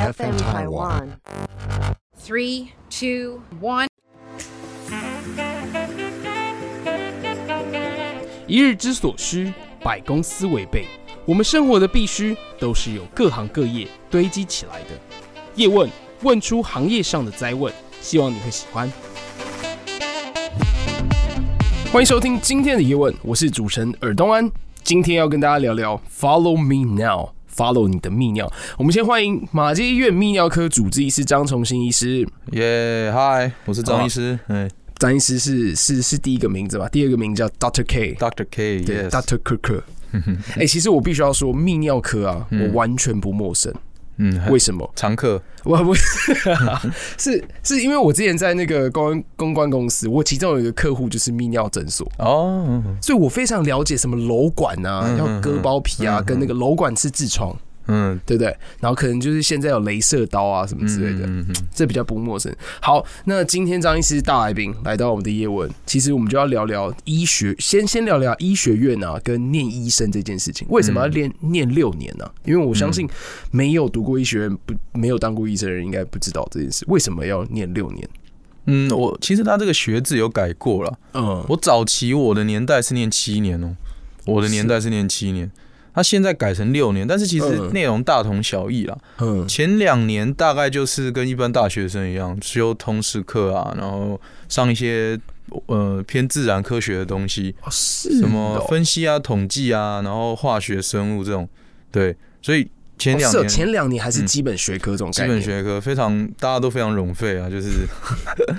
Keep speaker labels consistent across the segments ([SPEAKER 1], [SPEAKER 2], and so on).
[SPEAKER 1] FM Taiwan.
[SPEAKER 2] Three, two, one.
[SPEAKER 3] 一日之所需，百公司为备。我们生活的必须，都是由各行各业堆积起来的。叶问问出行业上的灾问，希望你会喜欢。欢迎收听今天的叶问，我是主持人尔东安。今天要跟大家聊聊 “Follow Me Now”。follow 你的泌尿，我们先欢迎马街医院泌尿科主治医师张崇新医师。
[SPEAKER 4] 耶，嗨，我是张医师，
[SPEAKER 3] 哦
[SPEAKER 4] 哎
[SPEAKER 3] 张医师是是是第一个名字吧？第二个名叫 Doctor K，
[SPEAKER 4] ，Doctor K，
[SPEAKER 3] 对
[SPEAKER 4] yes，
[SPEAKER 3] ，Doctor k k 哎、其实我必须要说，泌尿科啊，我完全不陌生。
[SPEAKER 4] 嗯，
[SPEAKER 3] 为什么？
[SPEAKER 4] 常客，
[SPEAKER 3] 我不 是是因为我之前在那个公关公关公司，我其中有一个客户就是泌尿诊所，
[SPEAKER 4] 哦，嗯
[SPEAKER 3] 所以我非常了解什么瘘管啊，要割包皮啊，跟那个瘘管是痔疮，
[SPEAKER 4] 嗯，
[SPEAKER 3] 对不对？然后可能就是现在有镭射刀啊什么之类的，
[SPEAKER 4] 嗯嗯嗯
[SPEAKER 3] 这比较不陌生。好，那今天张医师大来宾来到我们的叶问，其实我们就要聊聊医学，先先聊聊医学院啊，跟念医生这件事情，为什
[SPEAKER 4] 嗯
[SPEAKER 3] 么要念、念六年呢、因为我相信没有读过医学院，不没有当过医生的人，应该不知道这件事，为什么要念六年？
[SPEAKER 4] 嗯，我其实他这个学制有改过了，
[SPEAKER 3] 嗯，
[SPEAKER 4] 我早期我的年代是念七年哦，我的年代是念七年，他现在改成六年，但是其实
[SPEAKER 3] 嗯
[SPEAKER 4] 内容大同小异啦，
[SPEAKER 3] 嗯
[SPEAKER 4] 前两年大概就是跟一般大学生一样，修通识课啊，然后上一些呃偏自然科学的东西，
[SPEAKER 3] 哦是
[SPEAKER 4] 什么
[SPEAKER 3] 哦
[SPEAKER 4] 分析啊、统计啊，然后化学、生物这种，对，所以前
[SPEAKER 3] 哦
[SPEAKER 4] 两
[SPEAKER 3] 是哦
[SPEAKER 4] 年嗯
[SPEAKER 3] 前两年还是基本学科这种
[SPEAKER 4] 基
[SPEAKER 3] 概
[SPEAKER 4] 本
[SPEAKER 3] 念，
[SPEAKER 4] 学科非常大家都非常冗费 啊，就是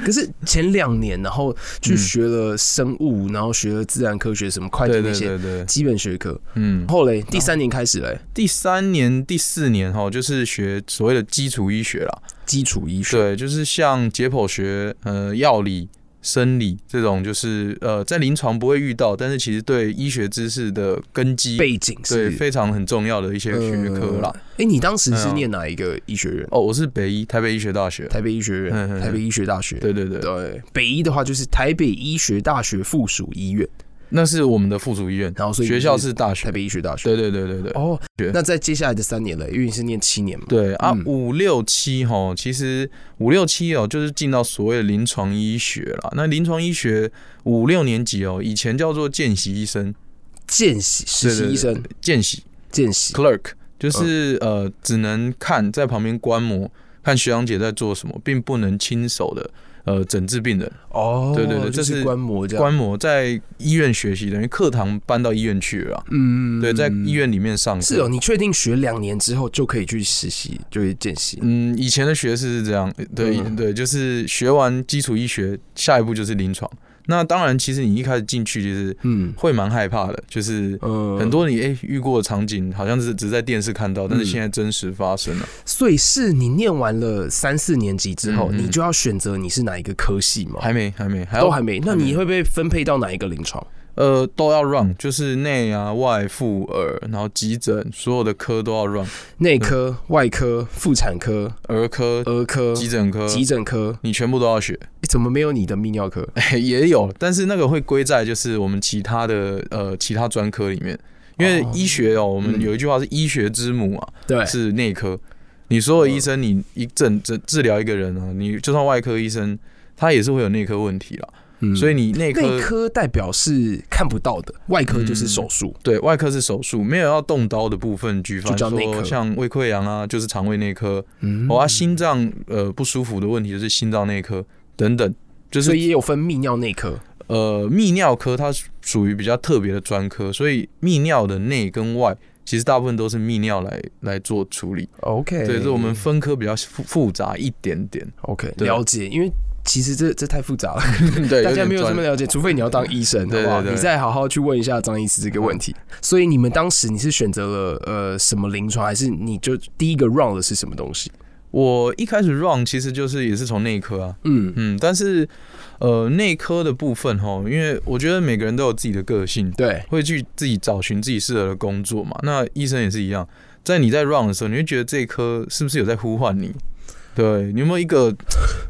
[SPEAKER 3] 可是前两年然后去
[SPEAKER 4] 嗯
[SPEAKER 3] 学了生物，然后学了自然科学什么会计
[SPEAKER 4] 对
[SPEAKER 3] 那
[SPEAKER 4] 对
[SPEAKER 3] 些
[SPEAKER 4] 对对，
[SPEAKER 3] 基本学科，
[SPEAKER 4] 嗯，
[SPEAKER 3] 后嘞第三年开始嘞
[SPEAKER 4] 第三年、第四年哈，就是学所谓的基础医学啦，
[SPEAKER 3] 基础医学。
[SPEAKER 4] 对，就是像解剖学、呃药理。生理这种就是呃，在临床不会遇到，但是其实对医学知识的根基，
[SPEAKER 3] 背景是
[SPEAKER 4] 对非常很重要的一些学科啦。
[SPEAKER 3] 哎、诶你当时是
[SPEAKER 4] 嗯
[SPEAKER 3] 念哪一个医学院？
[SPEAKER 4] 哦，我是北医台北医学大学，
[SPEAKER 3] 呃台北医学院，
[SPEAKER 4] 嗯嗯嗯
[SPEAKER 3] 台北医学大学。
[SPEAKER 4] 对对对，
[SPEAKER 3] 对，北医的话就是台北医学大学附属医院，
[SPEAKER 4] 那是我们的附属医院，
[SPEAKER 3] 然后所以
[SPEAKER 4] 学
[SPEAKER 3] 你
[SPEAKER 4] 校是大
[SPEAKER 3] 台
[SPEAKER 4] 学，
[SPEAKER 3] 北医学大学。
[SPEAKER 4] 对对对对对。
[SPEAKER 3] 哦
[SPEAKER 4] 学，
[SPEAKER 3] 那在接下来的三年了，因为你是念七年嘛。
[SPEAKER 4] 对啊
[SPEAKER 3] 嗯，
[SPEAKER 4] 五六七哈，其实五六七哦，就是进到所谓的临床医学啦。那临床医学五六年级哦，以前叫做见习医生、呃
[SPEAKER 3] 见习实习医生，嗯
[SPEAKER 4] 见习
[SPEAKER 3] 见习
[SPEAKER 4] clerk，就是呃，只能看在旁边观摩，看学长姐在做什么，并不能亲手的呃诊治病人。
[SPEAKER 3] 哦，
[SPEAKER 4] 对对对
[SPEAKER 3] 就
[SPEAKER 4] 这
[SPEAKER 3] 是
[SPEAKER 4] 是
[SPEAKER 3] 观摩这样。
[SPEAKER 4] 观摩在医院学习，等于课堂搬到医院去了啊。
[SPEAKER 3] 嗯，
[SPEAKER 4] 对，在医院里面上课。
[SPEAKER 3] 是哦，你确定学两年之后就可以去实习，就会见习？
[SPEAKER 4] 嗯，以前的学士是这样，呃对、
[SPEAKER 3] 嗯
[SPEAKER 4] 对，就是学完基础医学，下一步就是临床。那当然，其实你一开始进去就是
[SPEAKER 3] 嗯
[SPEAKER 4] 会蛮害怕的，就是
[SPEAKER 3] 嗯，
[SPEAKER 4] 很多你诶、遇过的场景，好像是只在电视看到，但是
[SPEAKER 3] 嗯
[SPEAKER 4] 现在真实发生了。
[SPEAKER 3] 所以是你念完了三四年级之后，
[SPEAKER 4] 嗯嗯
[SPEAKER 3] 你就要选择你是哪一个科系吗？
[SPEAKER 4] 还没，还没，还
[SPEAKER 3] 哦都
[SPEAKER 4] 要嗯
[SPEAKER 3] 还没，那你会被分配到哪一个临床？
[SPEAKER 4] 呃都要 run，就是内啊、外、妇、耳，然后急诊所有的科都要 run，
[SPEAKER 3] 内科、
[SPEAKER 4] 嗯
[SPEAKER 3] 外科、妇产科、
[SPEAKER 4] 儿科、
[SPEAKER 3] 儿科、
[SPEAKER 4] 急诊科，
[SPEAKER 3] 呃急诊科，
[SPEAKER 4] 你全部都要学。
[SPEAKER 3] 诶怎么没有你的泌尿科？
[SPEAKER 4] 也有，但是那个会归在就是我们其他的呃其他专科里面，因为
[SPEAKER 3] 哦
[SPEAKER 4] 医学哦，我们
[SPEAKER 3] 嗯
[SPEAKER 4] 有一句话是医学之母啊，
[SPEAKER 3] 对
[SPEAKER 4] 是内科。你所有医生，你一诊诊治疗一个人啊，你就算外科医生，他也是会有内科问题啦。
[SPEAKER 3] 嗯
[SPEAKER 4] 所以你内科
[SPEAKER 3] 内科代表是看不到的，外科
[SPEAKER 4] 嗯
[SPEAKER 3] 就是手术。
[SPEAKER 4] 对外科是手术，没有要动刀的部分，举
[SPEAKER 3] 就
[SPEAKER 4] 凡
[SPEAKER 3] 叫内科
[SPEAKER 4] 说像胃溃疡啊，就是肠胃内科；
[SPEAKER 3] 嗯
[SPEAKER 4] 哦啊，心脏呃不舒服的问题就是心脏内科等等，就
[SPEAKER 3] 所
[SPEAKER 4] 是
[SPEAKER 3] 以也有分泌尿内科。
[SPEAKER 4] 呃，泌尿科它属于比较特别的专科，所以泌尿的内跟外其实大部分都是泌尿来来做处理，
[SPEAKER 3] OK，
[SPEAKER 4] 对，是我们分科比较复复杂一 点点，
[SPEAKER 3] OK
[SPEAKER 4] 对啊
[SPEAKER 3] 了解，因为。其实这这太复杂了，
[SPEAKER 4] 对，
[SPEAKER 3] 大家没有这
[SPEAKER 4] 专
[SPEAKER 3] 么了解，除非你要当医生，
[SPEAKER 4] 对
[SPEAKER 3] 好不好？
[SPEAKER 4] 对对
[SPEAKER 3] 你再好好去问一下张医师这个问题。所以你们当时你是选择了呃什么临床，还是你就第一个 round 的是什么东西？
[SPEAKER 4] 我一开始 run 其实就是也是从内科啊，
[SPEAKER 3] 嗯，
[SPEAKER 4] 嗯，但是呃内科的部分哈，因为我觉得每个人都有自己的个性，
[SPEAKER 3] 对，
[SPEAKER 4] 会去自己找寻自己适合的工作嘛。那医生也是一样，在你在 run 的时候，你会觉得这一科是不是有在呼唤你？对，你有没有一个，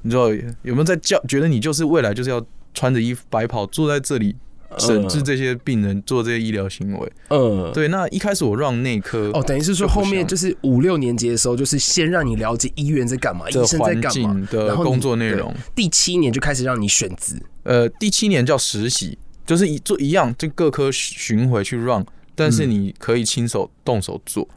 [SPEAKER 4] 你知道有没有在叫？觉得你就是未来就是要穿着衣服白袍坐在这里诊治这些病人做这些医疗行为。
[SPEAKER 3] 嗯，
[SPEAKER 4] 呃对，那一开始我让内科
[SPEAKER 3] 哦，等于是说
[SPEAKER 4] 就不
[SPEAKER 3] 后面
[SPEAKER 4] 想
[SPEAKER 3] 就是五六年级的时候，就是先让你了解医院在干嘛，
[SPEAKER 4] 这
[SPEAKER 3] 医生在
[SPEAKER 4] 环
[SPEAKER 3] 干嘛
[SPEAKER 4] 境，的
[SPEAKER 3] 然后你
[SPEAKER 4] 工作内容。
[SPEAKER 3] 对第七年就开始让你选职，
[SPEAKER 4] 呃，第七年叫实习，就是一做一样，就各科巡回去 run，但是你可以亲手动手做。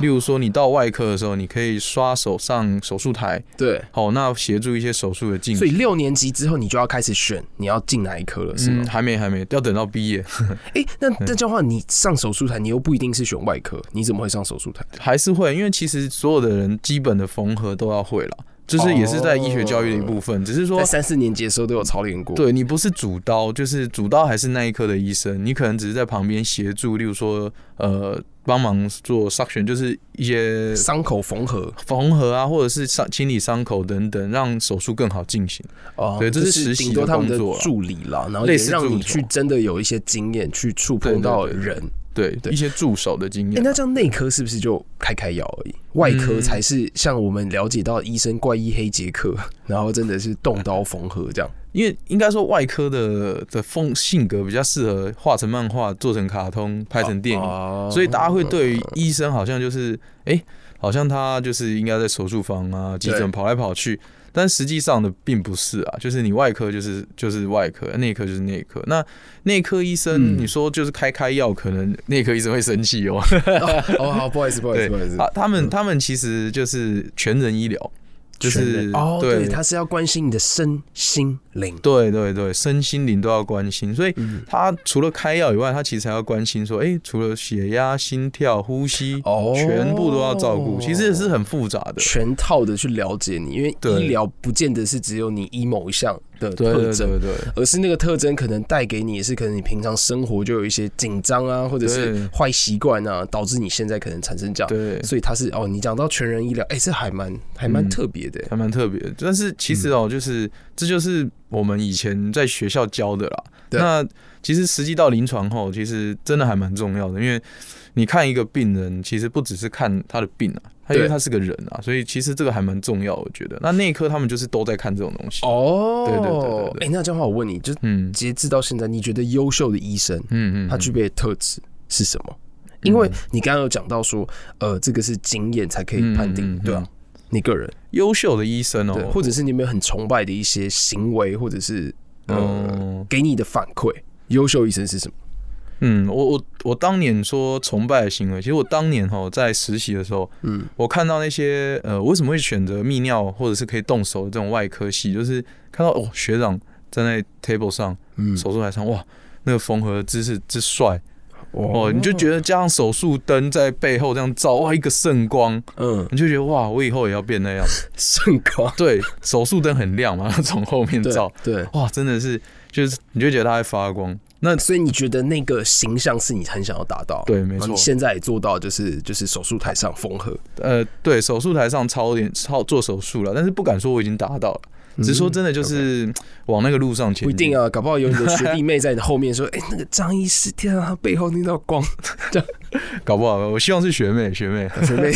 [SPEAKER 4] 例如说，你到外科的时候，你可以刷手上手术台，
[SPEAKER 3] 对，
[SPEAKER 4] 好，那协助一些手术的进
[SPEAKER 3] 所以
[SPEAKER 4] 行。
[SPEAKER 3] 六年级之后你就要开始选你要进哪一科了，是
[SPEAKER 4] 嗯，
[SPEAKER 3] 吗？
[SPEAKER 4] 还没还没，要等到毕业，
[SPEAKER 3] 哎、那那这样的话，你上手术台，你又不一定是选外科，你怎么会上手术台？
[SPEAKER 4] 还是会，因为其实所有的人基本的缝合都要会了，就是也是在医学教育的一部分，只是说
[SPEAKER 3] 在三四年级的时候都有操练过，，
[SPEAKER 4] 对你不是主刀，就是主刀还是那一科的医生，你可能只是在旁边协助，例如说呃帮忙做 suction，就是一些
[SPEAKER 3] 伤口缝合，
[SPEAKER 4] 缝合啊，或者是伤清理伤口等等，让手术更好进行。
[SPEAKER 3] 哦
[SPEAKER 4] 对这是
[SPEAKER 3] 就是
[SPEAKER 4] 实习
[SPEAKER 3] 顶多
[SPEAKER 4] 的
[SPEAKER 3] 他们的
[SPEAKER 4] 工作啦
[SPEAKER 3] 助理啦，然后也
[SPEAKER 4] 类似
[SPEAKER 3] 让
[SPEAKER 4] 助
[SPEAKER 3] 你
[SPEAKER 4] 手
[SPEAKER 3] 去真的有一些经验去触碰
[SPEAKER 4] 对对
[SPEAKER 3] 到
[SPEAKER 4] 对
[SPEAKER 3] 人。
[SPEAKER 4] 对，
[SPEAKER 3] 对
[SPEAKER 4] 一些助手的经
[SPEAKER 3] 哎、
[SPEAKER 4] 验。
[SPEAKER 3] 那这样内科是不是就开开药而已？外科
[SPEAKER 4] 嗯
[SPEAKER 3] 才是像我们了解到医生怪医黑杰克，然后真的是动刀缝合 这样。
[SPEAKER 4] 因为应该说外科的的风性格比较适合画成漫画、做成卡通、拍成电影，
[SPEAKER 3] 哦
[SPEAKER 4] 所以大家会对于医生好像就是，哎、好像他就是应该在手术房啊、急
[SPEAKER 3] 对
[SPEAKER 4] 诊跑来跑去，但实际上的并不是啊，就是你外科就是就是外科，内科就是内科。那内科医生，
[SPEAKER 3] 嗯
[SPEAKER 4] 你说就是开开药，可能内科医生会生 气哦。
[SPEAKER 3] 哦，好，不好意思，不好意
[SPEAKER 4] 对
[SPEAKER 3] 思，不好意思。
[SPEAKER 4] 啊，他
[SPEAKER 3] 嗯
[SPEAKER 4] 们他们其实就是全人医疗，就
[SPEAKER 3] 全
[SPEAKER 4] 是
[SPEAKER 3] 人哦，对，
[SPEAKER 4] 对
[SPEAKER 3] 他是要关心你的身心灵。
[SPEAKER 4] 对对对，身心灵都要关心，所以
[SPEAKER 3] 嗯
[SPEAKER 4] 他除了开药以外，他其实还要关心说，哎、除了血压、心跳、呼吸，
[SPEAKER 3] 哦
[SPEAKER 4] 全部都要照顾，其实也是很复杂的。
[SPEAKER 3] 全套的去了解你，因为
[SPEAKER 4] 对
[SPEAKER 3] 医疗不见得是只有你医某一项的
[SPEAKER 4] 对对
[SPEAKER 3] 特征，
[SPEAKER 4] 对对，
[SPEAKER 3] 而是那个特征可能带给你也是可能你平常生活就有一些紧张啊，或者
[SPEAKER 4] 对
[SPEAKER 3] 是坏习惯啊，导致你现在可能产生这样。
[SPEAKER 4] 对
[SPEAKER 3] 所以它是哦，你讲到全人医疗，哎、这还蛮还蛮
[SPEAKER 4] 嗯
[SPEAKER 3] 特别的、
[SPEAKER 4] 还蛮特别的。但是其实
[SPEAKER 3] 嗯
[SPEAKER 4] 哦，就是这就是我们以前在学校教的啦。
[SPEAKER 3] 对
[SPEAKER 4] 那其实实际到临床后，其实真的还蛮重要的，因为你看一个病人，其实不只是看他的病啊，他因为
[SPEAKER 3] 对
[SPEAKER 4] 他是个人啊，所以其实这个还蛮重要，我觉得。那内科他们就是都在看这种东西。
[SPEAKER 3] 哦，
[SPEAKER 4] 对对对对
[SPEAKER 3] 哎、
[SPEAKER 4] 对
[SPEAKER 3] 那这样的话我问你，就
[SPEAKER 4] 嗯
[SPEAKER 3] 截至到现在，你觉得优秀的医生
[SPEAKER 4] 嗯嗯，
[SPEAKER 3] 他具备的特质是什么？因为你刚刚有讲到说，呃，这个是经验才可以判定，
[SPEAKER 4] 嗯嗯嗯
[SPEAKER 3] 对啊，你个人
[SPEAKER 4] 优秀的医生
[SPEAKER 3] 对，
[SPEAKER 4] 哦，
[SPEAKER 3] 或者是你有没有很崇拜的一些行为，或者是呃、
[SPEAKER 4] 嗯
[SPEAKER 3] 给你的反馈？优秀医生是什么？
[SPEAKER 4] 嗯，我我我当年说崇拜的行为，其实我当年哈在实习的时候，
[SPEAKER 3] 嗯，
[SPEAKER 4] 我看到那些呃，我为什么会选择泌尿或者是可以动手的这种外科系，就是看到哦学长站在 table 上
[SPEAKER 3] 嗯，
[SPEAKER 4] 手术台上，哇，那个缝合的姿势之帅
[SPEAKER 3] 哦
[SPEAKER 4] 哦，你就觉得加上手术灯在背后这样照，哇，一个圣光，
[SPEAKER 3] 嗯，
[SPEAKER 4] 你就觉得哇，我以后也要变那样。
[SPEAKER 3] 圣光，
[SPEAKER 4] 对，手术灯很亮嘛，从后面
[SPEAKER 3] 对
[SPEAKER 4] 照，
[SPEAKER 3] 对，
[SPEAKER 4] 哇，真的是就是你就觉得它在发光。那
[SPEAKER 3] 所以你觉得那个形象是你很想要达到？
[SPEAKER 4] 对没
[SPEAKER 3] 然后你
[SPEAKER 4] 错
[SPEAKER 3] 现在也做到，就是就是手术台上缝合，
[SPEAKER 4] 呃，对，手术台上操练操做手术了，但是不敢说我已经达到了，只是说真的就是嗯往那个路上
[SPEAKER 3] 嗯
[SPEAKER 4] 前进。
[SPEAKER 3] 不一定啊，搞不好有你的学弟妹在你后面说， 哎、那个张医师，天啊，他背后那道 光，
[SPEAKER 4] 搞不好我希望是学 妹，学妹。
[SPEAKER 3] 学妹，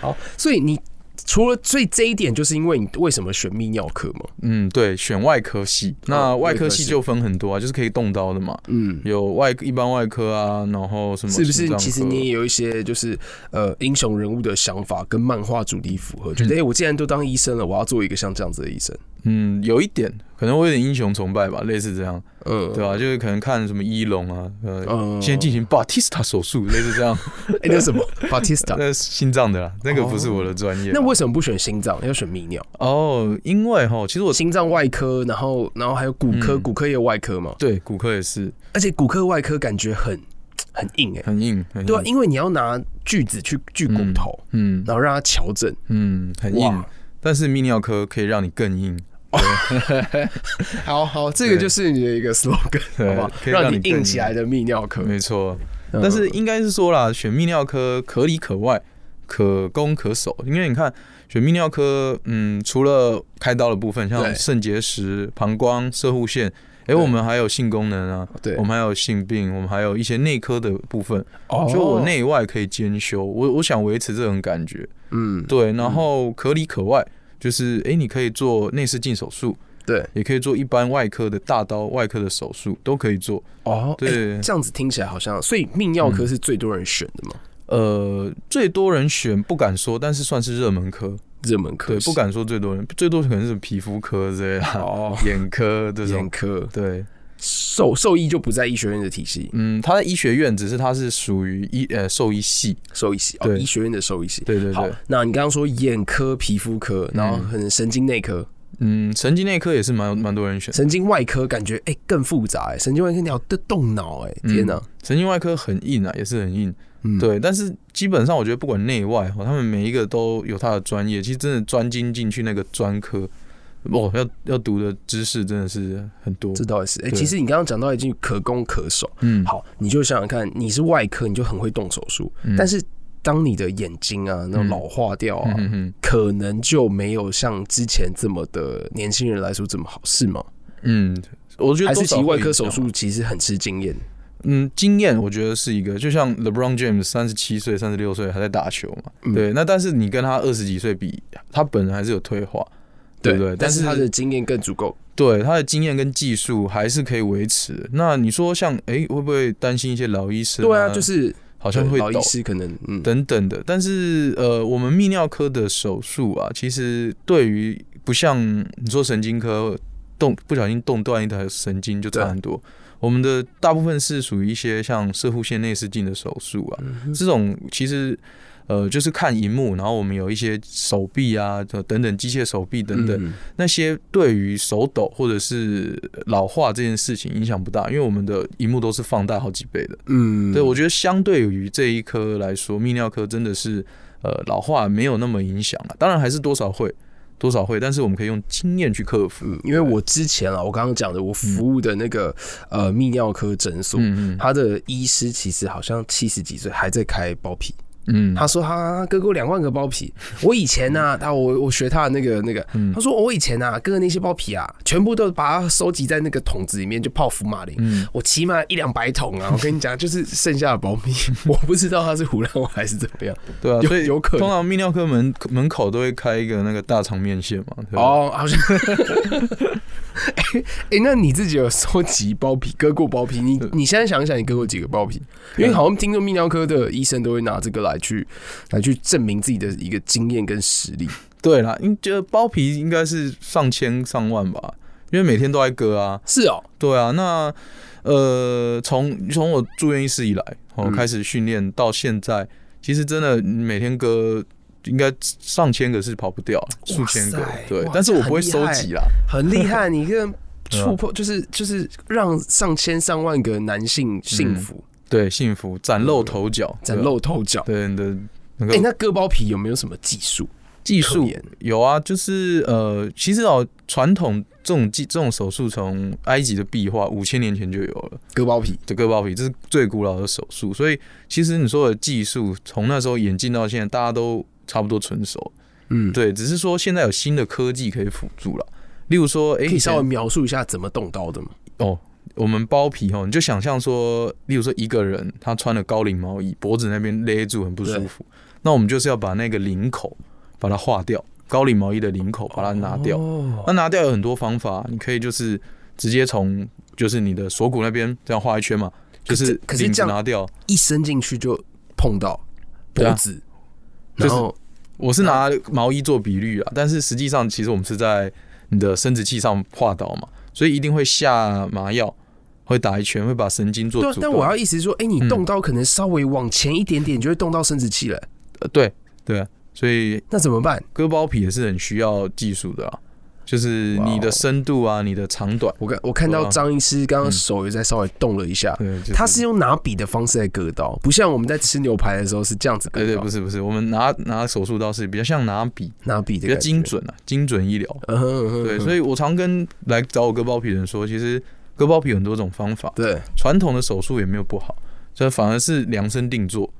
[SPEAKER 3] 好，所以你除了所以这一点，就是因为你为什么选泌尿科嘛？
[SPEAKER 4] 嗯，对，选外科系。那
[SPEAKER 3] 哦外
[SPEAKER 4] 外
[SPEAKER 3] 科
[SPEAKER 4] 科系
[SPEAKER 3] 系
[SPEAKER 4] 就分很多啊，就是可以动刀的嘛，
[SPEAKER 3] 嗯，
[SPEAKER 4] 有外一般外科啊，然后什么
[SPEAKER 3] 是不
[SPEAKER 4] 心
[SPEAKER 3] 是？
[SPEAKER 4] 脏
[SPEAKER 3] 其实
[SPEAKER 4] 科
[SPEAKER 3] 你也有一些就是呃英雄人物的想法跟漫画主题符合，觉得哎、诶我既然都当医生了，我要做一个像这样子的医生。
[SPEAKER 4] 嗯有一点，可能我有点英雄崇拜吧，类似这样，
[SPEAKER 3] 嗯，
[SPEAKER 4] 对吧、就是可能看什么一龙啊，
[SPEAKER 3] 嗯
[SPEAKER 4] 呃，先进行 Batista 手术，类似 这样。
[SPEAKER 3] 哎、那什么 Batista，
[SPEAKER 4] 那心脏的啦，那个不是我的专业啊。
[SPEAKER 3] 哦那为什么不选心脏，要选泌尿？
[SPEAKER 4] 哦，因为哈，其实我
[SPEAKER 3] 心脏外科，然后然后还有骨科，
[SPEAKER 4] 嗯
[SPEAKER 3] 骨科也有外科嘛，
[SPEAKER 4] 对，骨科也是
[SPEAKER 3] 而且骨科外科感觉很很硬哎、
[SPEAKER 4] 很硬，很硬
[SPEAKER 3] 对啊，因为你要拿锯子去锯骨头，
[SPEAKER 4] 嗯
[SPEAKER 3] 然后让它调整，
[SPEAKER 4] 嗯，很硬
[SPEAKER 3] 哇。
[SPEAKER 4] 但是泌尿科可以让你更硬，
[SPEAKER 3] 好好，这个就是你的一个 slogan，
[SPEAKER 4] 对
[SPEAKER 3] 好不好？
[SPEAKER 4] 可以让
[SPEAKER 3] 让你
[SPEAKER 4] 你更
[SPEAKER 3] 硬起来的泌尿科，
[SPEAKER 4] 没错。嗯但是应该是说啦，选泌尿科可里可外，可攻可守。因为你看，选泌尿科，嗯，除了开刀的部分，
[SPEAKER 3] 对
[SPEAKER 4] 像肾结石、膀胱、射护腺，诶，
[SPEAKER 3] 对
[SPEAKER 4] 我们还有性功能啊，
[SPEAKER 3] 对
[SPEAKER 4] 我们还有性病，我们还有一些内科的部分，
[SPEAKER 3] 哦
[SPEAKER 4] 就我内外可以兼修。我我想维持这种感觉，
[SPEAKER 3] 嗯，
[SPEAKER 4] 对，然后可里可外，就是诶，你可以做内视镜手术，
[SPEAKER 3] 对，
[SPEAKER 4] 也可以做一般外科的大刀、外科的手术都可以做。
[SPEAKER 3] 哦，哎
[SPEAKER 4] 对
[SPEAKER 3] 这样子听起来好像，所以泌尿科是最多人选的嘛，
[SPEAKER 4] 呃，最多人选不敢说，但是算是热门科，
[SPEAKER 3] 热门科
[SPEAKER 4] 对，
[SPEAKER 3] 系
[SPEAKER 4] 不敢说最多人，最多可能是皮肤科之类的啊，
[SPEAKER 3] 哦，
[SPEAKER 4] 眼科这
[SPEAKER 3] 眼
[SPEAKER 4] 种。
[SPEAKER 3] 科
[SPEAKER 4] 对，
[SPEAKER 3] 兽兽医就不在医学院的体系，
[SPEAKER 4] 嗯，他在医学院，只是他是属于医呃兽医系，
[SPEAKER 3] 兽医系哦，
[SPEAKER 4] 对
[SPEAKER 3] 医学院的兽医系。
[SPEAKER 4] 对对嗯
[SPEAKER 3] 好
[SPEAKER 4] 对，，
[SPEAKER 3] 那你刚刚说眼科、皮肤科，然后可能神经内科、
[SPEAKER 4] 嗯，神经内科也是蛮蛮多人选，
[SPEAKER 3] 神经外科，感觉哎、更复杂哎、神经外科你要动脑哎、天哪、
[SPEAKER 4] 神经外科很硬啊，也是很硬，
[SPEAKER 3] 嗯
[SPEAKER 4] 嗯对，但是基本上我觉得不管内外哦，他们每一个都有他的专业，其实真的专精进去那个专科，哦，要要读的知识真的是很多
[SPEAKER 3] 这，倒也是哎、
[SPEAKER 4] 对
[SPEAKER 3] 其实你刚刚讲到已经可攻可守，
[SPEAKER 4] 嗯，
[SPEAKER 3] 好，你就想想看，你是外科，你就很会动手术，
[SPEAKER 4] 嗯
[SPEAKER 3] 但是当你的眼睛啊那种老化掉啊，
[SPEAKER 4] 嗯嗯嗯
[SPEAKER 3] 可能就没有像之前这么的年轻人来说这么好，是吗？
[SPEAKER 4] 嗯，我觉得
[SPEAKER 3] 还是
[SPEAKER 4] 多
[SPEAKER 3] 其
[SPEAKER 4] 少
[SPEAKER 3] 实
[SPEAKER 4] 会
[SPEAKER 3] 外科
[SPEAKER 4] 影
[SPEAKER 3] 手
[SPEAKER 4] 响啊
[SPEAKER 3] 术其实很吃经验，
[SPEAKER 4] 嗯，经验我觉得是一个，就像 LeBron James 三十七岁、三十六岁还在打球嘛，
[SPEAKER 3] 嗯
[SPEAKER 4] 对。那但是你跟他二十几岁比，他本人还是有退化，对不对？
[SPEAKER 3] 但
[SPEAKER 4] 但
[SPEAKER 3] 是他的经验更足够，
[SPEAKER 4] 对他的经验跟技术还是可以维持的。那你说像诶，会不会担心一些老医生、
[SPEAKER 3] 对啊，就是
[SPEAKER 4] 好像会
[SPEAKER 3] 老
[SPEAKER 4] 抖
[SPEAKER 3] 医师可能嗯，
[SPEAKER 4] 等等的。但是呃，我们泌尿科的手术啊，其实对于不像你说神经科动不小心动断一条神经就差很多。我们的大部分是属于一些像射护线内视镜的手术
[SPEAKER 3] 嗯
[SPEAKER 4] 啊，这种其实呃就是看荧幕，然后我们有一些手臂啊等等机械手臂等等，
[SPEAKER 3] 嗯
[SPEAKER 4] 那些对于手抖或者是老化这件事情影响不大，因为我们的荧幕都是放大好几倍的。
[SPEAKER 3] 嗯，
[SPEAKER 4] 对，我觉得相对于这一科来说，泌尿科真的是呃老化没有那么影响了，当然还是多少会多少会，但是我们可以用经验去克服。
[SPEAKER 3] 嗯，因为我之前啊，我刚刚讲的，我服务的那个、呃泌尿科诊所，
[SPEAKER 4] 嗯嗯
[SPEAKER 3] 他的医师其实好像七十几岁还在开包皮，
[SPEAKER 4] 嗯，
[SPEAKER 3] 他说他割过两万个包 皮。我以前呢、他我我学他的那个那个，
[SPEAKER 4] 嗯
[SPEAKER 3] 他说我以前啊割的那些包皮啊，全部都把它收集在那个桶子里面，就泡福马林。
[SPEAKER 4] 嗯
[SPEAKER 3] 我起码一两百桶啊！我跟你讲，就是剩下的包皮， 我不知道他是胡乱我还是怎么样。
[SPEAKER 4] 对啊，
[SPEAKER 3] 有
[SPEAKER 4] 所以
[SPEAKER 3] 有可能
[SPEAKER 4] 通常泌尿科门门口都会开一个那个大肠面线嘛。对吧，
[SPEAKER 3] 哦，好 像。哎、哎，那你自己有收集包皮、割过包皮？你你现在想一想，你割过几个包皮？因为好像听说泌尿科的医生都会拿这个来去来去证明自己的一个经验跟实力。
[SPEAKER 4] 对啦，因觉得包皮应该是上千上万吧，因为每天都在割啊。
[SPEAKER 3] 是哦，
[SPEAKER 4] 对啊，那呃，从从我住院医师以来，我、
[SPEAKER 3] 嗯
[SPEAKER 4] 开始训练到现在，其实真的每天割应该上千个是跑不掉，数千个
[SPEAKER 3] 哇塞，
[SPEAKER 4] 对
[SPEAKER 3] 哇，
[SPEAKER 4] 但是我
[SPEAKER 3] 这
[SPEAKER 4] 不会
[SPEAKER 3] 很厉
[SPEAKER 4] 收
[SPEAKER 3] 害
[SPEAKER 4] 集啦，
[SPEAKER 3] 很厉害，你跟
[SPEAKER 4] 对啊
[SPEAKER 3] 触碰就是就是让上千上万个男性幸福
[SPEAKER 4] 对，幸福崭露头角，
[SPEAKER 3] 崭嗯露头角。
[SPEAKER 4] 嗯对你的那
[SPEAKER 3] 哎、
[SPEAKER 4] 个
[SPEAKER 3] 那割包皮有没有什么技术？
[SPEAKER 4] 技术
[SPEAKER 3] 可怜
[SPEAKER 4] 有啊，就是呃，其实哦，传统这种技这种手术从埃及的壁画五千年前就有了。
[SPEAKER 3] 割包皮
[SPEAKER 4] 这割包皮，这是最古老的手术。所以其实你说的技术，从那时候演进到现在，大家都差不多成熟。
[SPEAKER 3] 嗯
[SPEAKER 4] 对，只是说现在有新的科技可以辅助了，例如说，哎、
[SPEAKER 3] 可以稍微
[SPEAKER 4] 以
[SPEAKER 3] 描述一下怎么动刀的吗？
[SPEAKER 4] 前哦，我们包皮哦，你就想象说，例如说一个人他穿了高领毛衣，脖子那边勒住很不舒服，那我们就是要把那个领口把它化掉，高领毛衣的领口把它拿掉。
[SPEAKER 3] 哦
[SPEAKER 4] 那拿掉有很多方法，你可以就是直接从就是你的锁骨那边这样画一圈嘛，就
[SPEAKER 3] 可是
[SPEAKER 4] 是
[SPEAKER 3] 可是
[SPEAKER 4] 领子
[SPEAKER 3] 这样
[SPEAKER 4] 拿掉。
[SPEAKER 3] 一伸进去就碰到
[SPEAKER 4] 对啊
[SPEAKER 3] 脖子，
[SPEAKER 4] 就是
[SPEAKER 3] 然后
[SPEAKER 4] 我是拿毛衣做比率啊，但是实际上其实我们是在你的生殖器上划刀嘛，所以一定会下麻药，会打一拳，会把神经做
[SPEAKER 3] 对啊
[SPEAKER 4] 阻，断。
[SPEAKER 3] 但我要意思是说，哎、你
[SPEAKER 4] 嗯
[SPEAKER 3] 动刀可能稍微往前一点点，你就会动到生殖器了，
[SPEAKER 4] 呃对对啊，所以
[SPEAKER 3] 那怎么办？
[SPEAKER 4] 割包皮也是很需要技术的啊，就是
[SPEAKER 3] 哇哦
[SPEAKER 4] 你的深度啊，你的长短，
[SPEAKER 3] 我看我看
[SPEAKER 4] 对
[SPEAKER 3] 到
[SPEAKER 4] 啊
[SPEAKER 3] 张医师刚刚手也在稍微动了一下，
[SPEAKER 4] 对，就
[SPEAKER 3] 他是用拿笔的方式在割刀，不像我们在吃牛排的时候是这样子割
[SPEAKER 4] 对哎对，
[SPEAKER 3] 刀
[SPEAKER 4] 不，是不是，我们拿拿手术刀是比较像拿笔，
[SPEAKER 3] 拿笔的
[SPEAKER 4] 比较
[SPEAKER 3] 感觉
[SPEAKER 4] 精。准啊，精准医疗。
[SPEAKER 3] 嗯哼嗯哼
[SPEAKER 4] 对，
[SPEAKER 3] 嗯哼
[SPEAKER 4] 所以我常跟来找我割包皮的人说，其实割包皮有很多种方法，
[SPEAKER 3] 对，
[SPEAKER 4] 传统的手术也没有不好，这反而是量身定做。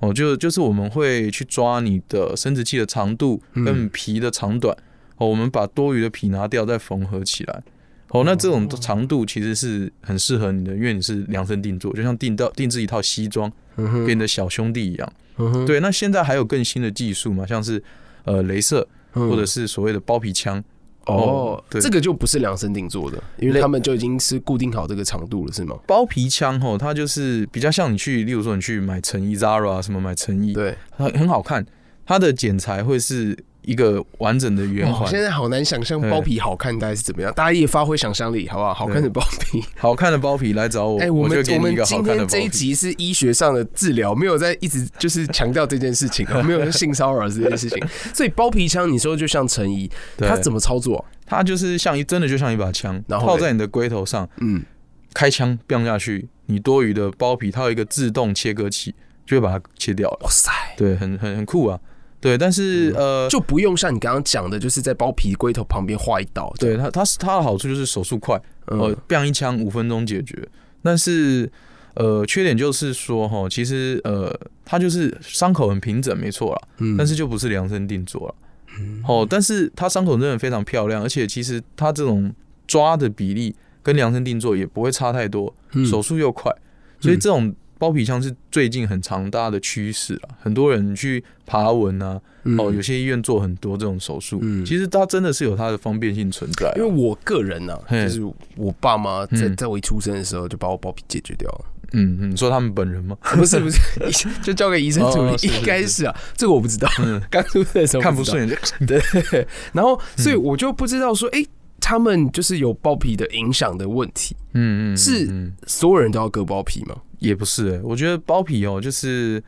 [SPEAKER 4] 哦，就就是我们会去抓你的生殖器的长度
[SPEAKER 3] 嗯
[SPEAKER 4] 跟皮的长短，哦，我们把多余的皮拿掉再缝合起来。哦，那这种长度其实是很适合你的，因为你是量身定做，就像定到定制一套西装
[SPEAKER 3] 嗯哼
[SPEAKER 4] 给你的小兄弟一样。
[SPEAKER 3] 嗯哼，
[SPEAKER 4] 对，那现在还有更新的技术嘛，像是呃，镭射
[SPEAKER 3] 嗯
[SPEAKER 4] 或者是所谓的包皮枪。
[SPEAKER 3] 哦，
[SPEAKER 4] 对
[SPEAKER 3] 这个就不是量身定做的，因为他们就已经是固定好这个长度了，是吗？
[SPEAKER 4] 包皮枪吼，它就是比较像你去，例如说你去买成衣 Zara 啊，什么买成衣，
[SPEAKER 3] 对，
[SPEAKER 4] 很很好看，它的剪裁会是一个完整的圆
[SPEAKER 3] 哇
[SPEAKER 4] 环
[SPEAKER 3] 现，在好难想象
[SPEAKER 4] 对
[SPEAKER 3] 包皮好看大概是怎么样，大家也发挥想象力，好不好？好看的包皮，
[SPEAKER 4] 好看的包皮来找我，
[SPEAKER 3] 哎、我
[SPEAKER 4] 就
[SPEAKER 3] 们
[SPEAKER 4] 给你
[SPEAKER 3] 们
[SPEAKER 4] 一个好
[SPEAKER 3] 今
[SPEAKER 4] 看
[SPEAKER 3] 天
[SPEAKER 4] 的包
[SPEAKER 3] 这一
[SPEAKER 4] 皮。
[SPEAKER 3] 集是医学上的治疗，没有在一直就是强调这件事情， 没有性骚扰这件事情。所以包皮枪，你说就像陈怡，
[SPEAKER 4] 对
[SPEAKER 3] 他怎么操作啊、
[SPEAKER 4] 它就是像一真的就像一把枪，
[SPEAKER 3] 然后
[SPEAKER 4] 套
[SPEAKER 3] 嘞
[SPEAKER 4] 在你的龟头上，
[SPEAKER 3] 嗯，
[SPEAKER 4] 开枪 biang 下去，你多余的包皮它有一个自动切割器，就会把它切掉了。
[SPEAKER 3] 哇塞，
[SPEAKER 4] 对，很很很酷啊。对，但是、
[SPEAKER 3] 嗯
[SPEAKER 4] 呃，
[SPEAKER 3] 就不用像你刚刚讲的，就是在包皮龟头旁边画一刀。这
[SPEAKER 4] 对
[SPEAKER 3] 样，
[SPEAKER 4] 它它是它的好处就是手速快，
[SPEAKER 3] 嗯
[SPEAKER 4] 呃，biang 一枪五分钟解决。但是呃，缺点就是说哈，其实呃，它就是伤口很平整，没错啦。
[SPEAKER 3] 嗯
[SPEAKER 4] 但是就不是量身定做了。哦，但是它伤口真的非常漂亮，而且其实它这种抓的比例跟量身定做也不会差太多，
[SPEAKER 3] 嗯
[SPEAKER 4] 手速又快，所以
[SPEAKER 3] 嗯
[SPEAKER 4] 这种包皮枪是最近很常大家的趋势了。很多人去爬文啊，哦，有些医院做很多这种手术，
[SPEAKER 3] 嗯
[SPEAKER 4] 其实它真的是有它的方便性存在啊、
[SPEAKER 3] 因为我个人呢、啊，
[SPEAKER 4] 嘿
[SPEAKER 3] 就是我爸妈在
[SPEAKER 4] 嗯
[SPEAKER 3] 在我一出生的时候就把我包皮解决掉 了，
[SPEAKER 4] 嗯嗯，你说他们本人吗？
[SPEAKER 3] 不是不是，就交给医生处理
[SPEAKER 4] 哦，是是嗯
[SPEAKER 3] 应该是啊，这个我不知道，刚出生的时候
[SPEAKER 4] 看不
[SPEAKER 3] 知道
[SPEAKER 4] 顺眼就
[SPEAKER 3] 对，然后所
[SPEAKER 4] 嗯
[SPEAKER 3] 以我就不知道说，哎、他们就是有包皮的影响的问题，
[SPEAKER 4] 嗯嗯嗯
[SPEAKER 3] 是
[SPEAKER 4] 嗯
[SPEAKER 3] 所有人都要割包皮吗？
[SPEAKER 4] 也不是、欸，我觉得包皮哦、就是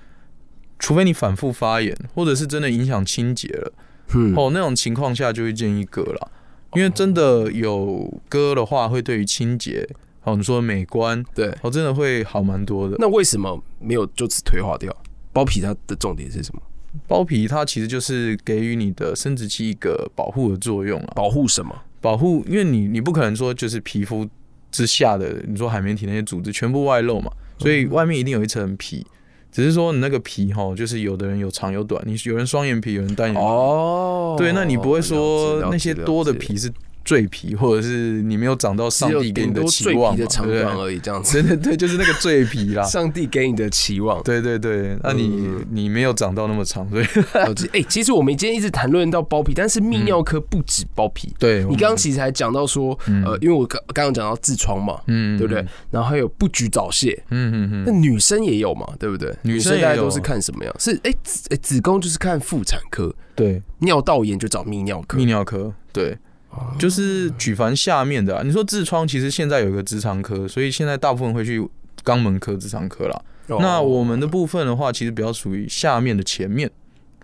[SPEAKER 4] 除非你反复发炎，或者是真的影响清洁了，
[SPEAKER 3] 嗯，
[SPEAKER 4] 哦，那种情况下就会建议割啦。因为真的有割的话，会对于清洁，哦，你说美观，
[SPEAKER 3] 对。
[SPEAKER 4] 哦，真的会好蛮多的。
[SPEAKER 3] 那为什么没有就此退化掉？包皮它的重点是什么？
[SPEAKER 4] 包皮它其实就是给予你的生殖器一个保护的作用啊，
[SPEAKER 3] 保护什么？
[SPEAKER 4] 保护，因为你你不可能说就是皮肤之下的，你说海绵体那些组织全部外露嘛，所以外面一定有一层皮。只是说你那个皮哈，就是有的人有长有短，你有人双眼皮，有人单眼皮，
[SPEAKER 3] 哦，
[SPEAKER 4] 嗯对，那你不会
[SPEAKER 3] 了
[SPEAKER 4] 说
[SPEAKER 3] 解了解
[SPEAKER 4] 那些多的皮是赘皮，或者是你没有长到
[SPEAKER 3] 了
[SPEAKER 4] 上
[SPEAKER 3] 解只有
[SPEAKER 4] 帝给你
[SPEAKER 3] 顶多
[SPEAKER 4] 期
[SPEAKER 3] 赘
[SPEAKER 4] 望
[SPEAKER 3] 皮
[SPEAKER 4] 嘛，
[SPEAKER 3] 的长
[SPEAKER 4] 对
[SPEAKER 3] 短
[SPEAKER 4] 不对？
[SPEAKER 3] 而已，这样子。。
[SPEAKER 4] 真的啊对，就是那个赘皮啦
[SPEAKER 3] 上帝给你的期望，
[SPEAKER 4] 对对对，那你
[SPEAKER 3] 嗯
[SPEAKER 4] 你没有长到那么长，所以
[SPEAKER 3] 了解。哎、其实我们今天一直谈论到包皮，但是泌尿科不止包皮。
[SPEAKER 4] 对
[SPEAKER 3] 你刚刚其实还讲到说，呃，因为我刚刚刚讲到痔疮嘛，
[SPEAKER 4] 嗯
[SPEAKER 3] 对不对？？然后还有不举早泄，
[SPEAKER 4] 嗯嗯嗯
[SPEAKER 3] 那
[SPEAKER 4] 嗯，
[SPEAKER 3] 女生也有嘛，对不对？
[SPEAKER 4] 女生
[SPEAKER 3] 生
[SPEAKER 4] 也有啊
[SPEAKER 3] 大家都是看什么样？是哎、子哎子宫就是看妇产科，
[SPEAKER 4] 对，
[SPEAKER 3] 尿道炎就找泌尿科哦
[SPEAKER 4] 泌。尿科对。就是举凡下面的啊、你说痔疮，其实现在有一个直肠科，所以现在大部分会去肛门科、直肠科啦。
[SPEAKER 3] 哦
[SPEAKER 4] 那我们的部分的话，其实比较属于下面的前面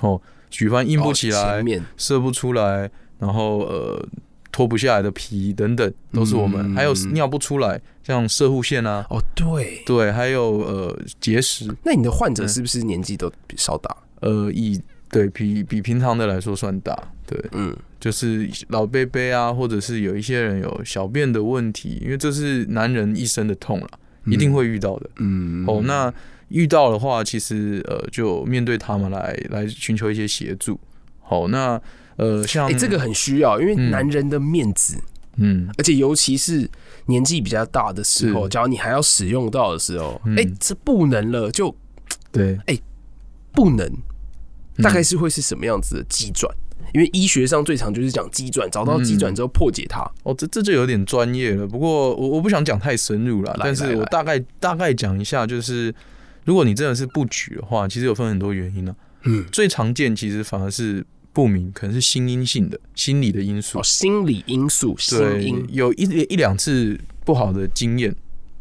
[SPEAKER 4] 哦，举凡硬不起
[SPEAKER 3] 哦
[SPEAKER 4] 来
[SPEAKER 3] 前，面
[SPEAKER 4] 射不出来，然后呃脱不下来的皮等等，都是我们。
[SPEAKER 3] 嗯
[SPEAKER 4] 还有尿不出来，像射护腺啊，
[SPEAKER 3] 哦，对。
[SPEAKER 4] 对，嗯还有呃结石，
[SPEAKER 3] 那你的患者是不是年纪都比稍大？
[SPEAKER 4] 呃以对比比平常的来说算大，对，
[SPEAKER 3] 嗯，
[SPEAKER 4] 就是老贝贝啊，或者是有一些人有小便的问题，因为这是男人一生的痛了，一定会遇到的。
[SPEAKER 3] 嗯，
[SPEAKER 4] 哦，那遇到的话，其实呃就面对他们来来寻求一些协助。好，那呃像、
[SPEAKER 3] 哎、这个很需要，因为
[SPEAKER 4] 嗯
[SPEAKER 3] 男人的面子，
[SPEAKER 4] 嗯
[SPEAKER 3] 而且尤其是年纪比较大的时候，
[SPEAKER 4] 是
[SPEAKER 3] 假如你还要使用到的时候，哎、
[SPEAKER 4] 嗯
[SPEAKER 3] 这不能了，就
[SPEAKER 4] 对，
[SPEAKER 3] 不能，
[SPEAKER 4] 嗯
[SPEAKER 3] 大概是会是什么样子的机转？因为医学上最常就是讲机转，找到机
[SPEAKER 4] 嗯
[SPEAKER 3] 转之后破解它。
[SPEAKER 4] 哦，这这就有点专业了。不过我我不想讲太深入了，
[SPEAKER 3] 来
[SPEAKER 4] 但
[SPEAKER 3] 来
[SPEAKER 4] 是我
[SPEAKER 3] 来
[SPEAKER 4] 大概大概讲一下，就是如果你真的是不举的话，其实有分很多原因呢、啊
[SPEAKER 3] 嗯，
[SPEAKER 4] 最常见其实反而是不明，可能是心因性的心理的因素
[SPEAKER 3] 哦，。心理因素，心
[SPEAKER 4] 对，
[SPEAKER 3] 因，
[SPEAKER 4] 有一一两次不好的经验，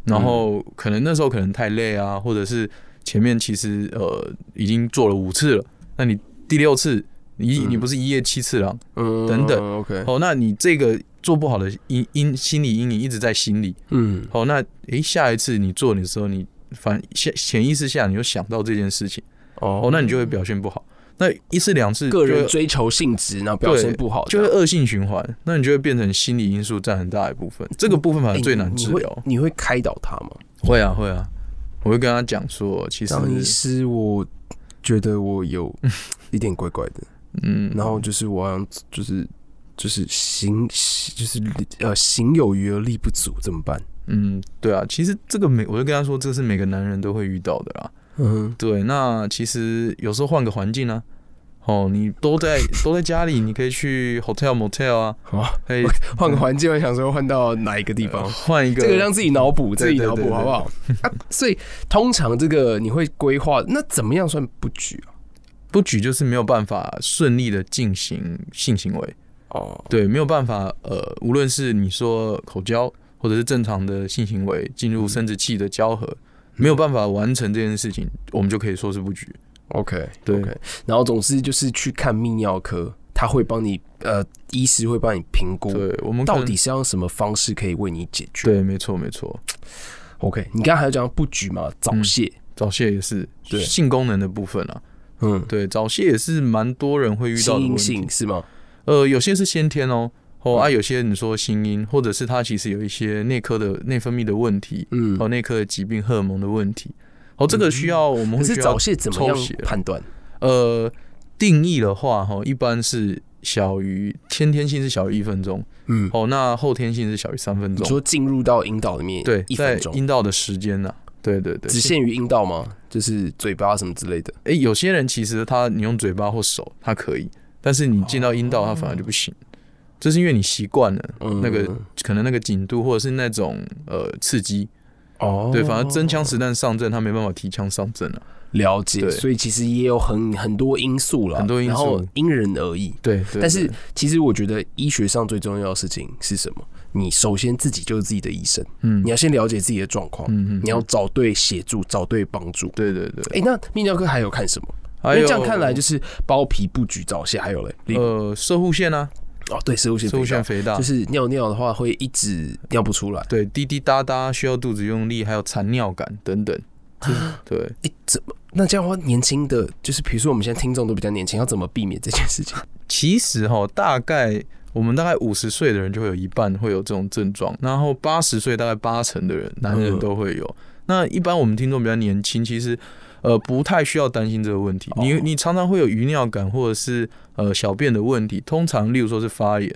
[SPEAKER 4] 然
[SPEAKER 3] 嗯
[SPEAKER 4] 后可能那时候可能太累啊，或者是前面其实呃已经做了五次了，那你第六次你、你不是一夜七次郎，
[SPEAKER 3] 嗯
[SPEAKER 4] 等等
[SPEAKER 3] ，OK，
[SPEAKER 4] 哦，那你这个做不好的阴阴心理阴影一直在心里。
[SPEAKER 3] 嗯，
[SPEAKER 4] 哦，那诶，下一次你做你的时候，你反潜潜意识下你就想到这件事情，
[SPEAKER 3] 哦
[SPEAKER 4] 哦，那你就会表现不好。那一次两次
[SPEAKER 3] 个人
[SPEAKER 4] 就会
[SPEAKER 3] 追求性质，然后表现不好，
[SPEAKER 4] 就会
[SPEAKER 3] 这样
[SPEAKER 4] 恶性循环，那你就会变成心理因素占很大一部分，这个部分反
[SPEAKER 3] 哎
[SPEAKER 4] 而最难
[SPEAKER 3] 你
[SPEAKER 4] 治
[SPEAKER 3] 你会
[SPEAKER 4] 疗。
[SPEAKER 3] 你会开导他吗？
[SPEAKER 4] 会啊，会啊，我会跟他讲说，其实
[SPEAKER 3] 张医师，我觉得我有一点怪怪的，
[SPEAKER 4] 嗯，
[SPEAKER 3] 然后就是我好像就是就是行就是呃行有余而力不足，怎么办？
[SPEAKER 4] 嗯，对啊，其实这个每我就跟他说，这是每个男人都会遇到的啦。
[SPEAKER 3] 嗯，
[SPEAKER 4] 对，那其实有时候换个环境啊，哦，你都在 都在家里，你可以去 hotel motel 啊，
[SPEAKER 3] 哇，
[SPEAKER 4] 可以
[SPEAKER 3] 换个环境，我想说换到哪一个地方？
[SPEAKER 4] 换一个。
[SPEAKER 3] 这个让自己脑补，自己脑
[SPEAKER 4] 呃对对
[SPEAKER 3] 补
[SPEAKER 4] 对
[SPEAKER 3] 好不好？啊，所以通常这个你会规划，那怎么样算布局啊？
[SPEAKER 4] 不举就是没有办法顺利的进行性行为，
[SPEAKER 3] 哦，
[SPEAKER 4] 对，没有办法，呃，无论是你说口交，或者是正常的性行为进
[SPEAKER 3] 嗯
[SPEAKER 4] 入生殖器的交合，没有办法完成这件事情，我们就可以说是布局。
[SPEAKER 3] OK，
[SPEAKER 4] 对
[SPEAKER 3] OK，然后总之就是去看泌尿科，他会帮你呃，医师会帮你评估，
[SPEAKER 4] 对，我们可
[SPEAKER 3] 哦到
[SPEAKER 4] 能
[SPEAKER 3] 底是要用什么方式可以为你解决。
[SPEAKER 4] 对，没错没错，
[SPEAKER 3] OK，你刚才还有讲到布局嘛，早泄，
[SPEAKER 4] 早泄也是
[SPEAKER 3] 对
[SPEAKER 4] 性功能的部分啊，
[SPEAKER 3] 嗯，
[SPEAKER 4] 对，早泄也是蛮多人会遇
[SPEAKER 3] 心
[SPEAKER 4] 到的问
[SPEAKER 3] 因
[SPEAKER 4] 题
[SPEAKER 3] 性。嗯是吗？
[SPEAKER 4] 呃，有些是先天哦，哦啊，有些你说心因，或者是他其实有一些内科的内分泌的问题，
[SPEAKER 3] 嗯，
[SPEAKER 4] 哦，内科的疾病、荷尔蒙的问题。哦，这个需要我们
[SPEAKER 3] 可
[SPEAKER 4] 会
[SPEAKER 3] 是
[SPEAKER 4] 需要
[SPEAKER 3] 早泄怎么样
[SPEAKER 4] 抽血啊
[SPEAKER 3] 判断？
[SPEAKER 4] 呃，定义的话，哈，一般是小于先天性是小于一分钟，
[SPEAKER 3] 嗯，
[SPEAKER 4] 哦，那后天性是小于三分
[SPEAKER 3] 你
[SPEAKER 4] 钟，
[SPEAKER 3] 说进入到阴道里面，
[SPEAKER 4] 对
[SPEAKER 3] 一，
[SPEAKER 4] 在
[SPEAKER 3] 分钟，
[SPEAKER 4] 阴道的时间呐、对对对，
[SPEAKER 3] 只限于阴道吗？就是嘴巴什么之类的？
[SPEAKER 4] 诶、有些人其实他你用嘴巴或手，他可以，但是你进到阴道，他反而就不行。这是因为你习惯了
[SPEAKER 3] 哦嗯
[SPEAKER 4] 那个可能那个紧度，或者是那种呃刺激，
[SPEAKER 3] 哦
[SPEAKER 4] 对，反而真枪实弹上阵，他没办法提枪上阵啊。
[SPEAKER 3] 了解，
[SPEAKER 4] 对
[SPEAKER 3] 所以其实也有很很多因素了，
[SPEAKER 4] 很多因素
[SPEAKER 3] 然后因人而异。
[SPEAKER 4] 对，对
[SPEAKER 3] 但是
[SPEAKER 4] 对
[SPEAKER 3] 其实我觉得医学上最重要的事情是什么？你首先自己就是自己的医生，
[SPEAKER 4] 嗯
[SPEAKER 3] 你要先了解自己的状况，
[SPEAKER 4] 嗯嗯
[SPEAKER 3] 你要找对协助，找对帮助。
[SPEAKER 4] 对对对，
[SPEAKER 3] 哎、那泌尿科还有看什么？
[SPEAKER 4] 还
[SPEAKER 3] 因
[SPEAKER 4] 有
[SPEAKER 3] 为这样看来就是包皮布局早泄，还有嘞，例如
[SPEAKER 4] 呃射护线啊，
[SPEAKER 3] 哦，对，射物腺
[SPEAKER 4] 射护
[SPEAKER 3] 肥
[SPEAKER 4] 线
[SPEAKER 3] 大，
[SPEAKER 4] 肥大
[SPEAKER 3] 就，是尿尿的话会一直尿不出来。
[SPEAKER 4] 对，滴滴答答，需要肚子用力，还有残尿感等等。这对，
[SPEAKER 3] 哎、怎么？那这样的话，年轻的就是比如说我们现在听众都比较年轻，要怎么避免这件事情？
[SPEAKER 4] 其实哈，大概我们大概五十岁的人就会有一半会有这种症状，然后八十岁大概八成的人，男
[SPEAKER 3] 嗯
[SPEAKER 4] 人都会有。那一般我们听众比较年轻，其实呃不太需要担心这个问题。你
[SPEAKER 3] 哦
[SPEAKER 4] 你常常会有余尿感或者是呃小便的问题，通常例如说是发炎，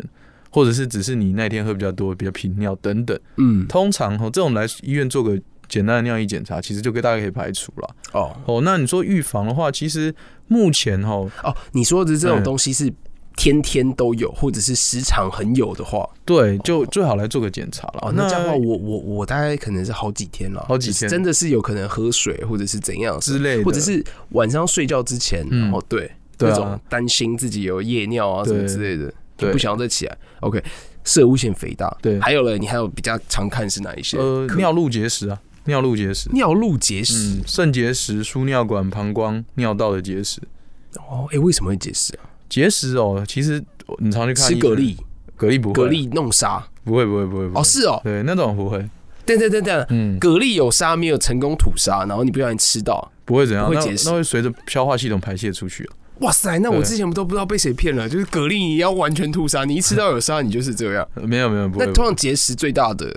[SPEAKER 4] 或者是只是你那天喝比较多、比较频尿等等。
[SPEAKER 3] 嗯，
[SPEAKER 4] 通常哈这种来医院做个简单的尿液检查，其实就可以大概可以排除了。
[SPEAKER 3] 哦
[SPEAKER 4] 哦，那你说预防的话，其实目前哦，
[SPEAKER 3] 哦，你说的这种
[SPEAKER 4] 嗯
[SPEAKER 3] 东西是天天都有，或者是时常很有的话，
[SPEAKER 4] 对，就最好来做个检查了。
[SPEAKER 3] 哦，那这样的话，我我我大概可能是好几天了，
[SPEAKER 4] 好几
[SPEAKER 3] 就是
[SPEAKER 4] 天
[SPEAKER 3] 真的是有可能喝水或者是怎样的
[SPEAKER 4] 之类的
[SPEAKER 3] 或者是晚上睡觉之前，
[SPEAKER 4] 嗯
[SPEAKER 3] 然后对
[SPEAKER 4] 对啊
[SPEAKER 3] 那种担心自己有夜尿啊什么
[SPEAKER 4] 对
[SPEAKER 3] 之类的，
[SPEAKER 4] 对
[SPEAKER 3] 就不想要再起来。OK，射物腺肥大，
[SPEAKER 4] 对
[SPEAKER 3] 还有嘞，你还有比较常看是哪一些？
[SPEAKER 4] 呃
[SPEAKER 3] 可
[SPEAKER 4] 尿路结石啊，尿路结石，
[SPEAKER 3] 尿路结石
[SPEAKER 4] 嗯，肾结石、输尿管、膀胱、尿道的结石。
[SPEAKER 3] 哦，哎，为什么会结石啊？
[SPEAKER 4] 结石哦，其实你常去看
[SPEAKER 3] 吃
[SPEAKER 4] 医生
[SPEAKER 3] 蛤，蜊，
[SPEAKER 4] 蛤蜊不会，
[SPEAKER 3] 蛤蜊弄沙
[SPEAKER 4] 不会不会不会不会
[SPEAKER 3] 哦，是哦，
[SPEAKER 4] 对，那种不会，
[SPEAKER 3] 等等等等，
[SPEAKER 4] 嗯，
[SPEAKER 3] 蛤蜊有沙没有成功吐沙，然后你不小心吃到，
[SPEAKER 4] 不会怎样，
[SPEAKER 3] 不会
[SPEAKER 4] 那
[SPEAKER 3] 结石
[SPEAKER 4] 那会随着消化系统排泄出去啊。
[SPEAKER 3] 哇塞！那我
[SPEAKER 4] 对
[SPEAKER 3] 之前都不知道被谁骗了，就是蛤蜊你要完全吐沙，你一吃到有沙，你就是这样。
[SPEAKER 4] 呃没有没有不会
[SPEAKER 3] 那，
[SPEAKER 4] 不
[SPEAKER 3] 通
[SPEAKER 4] 会
[SPEAKER 3] 常结石最大的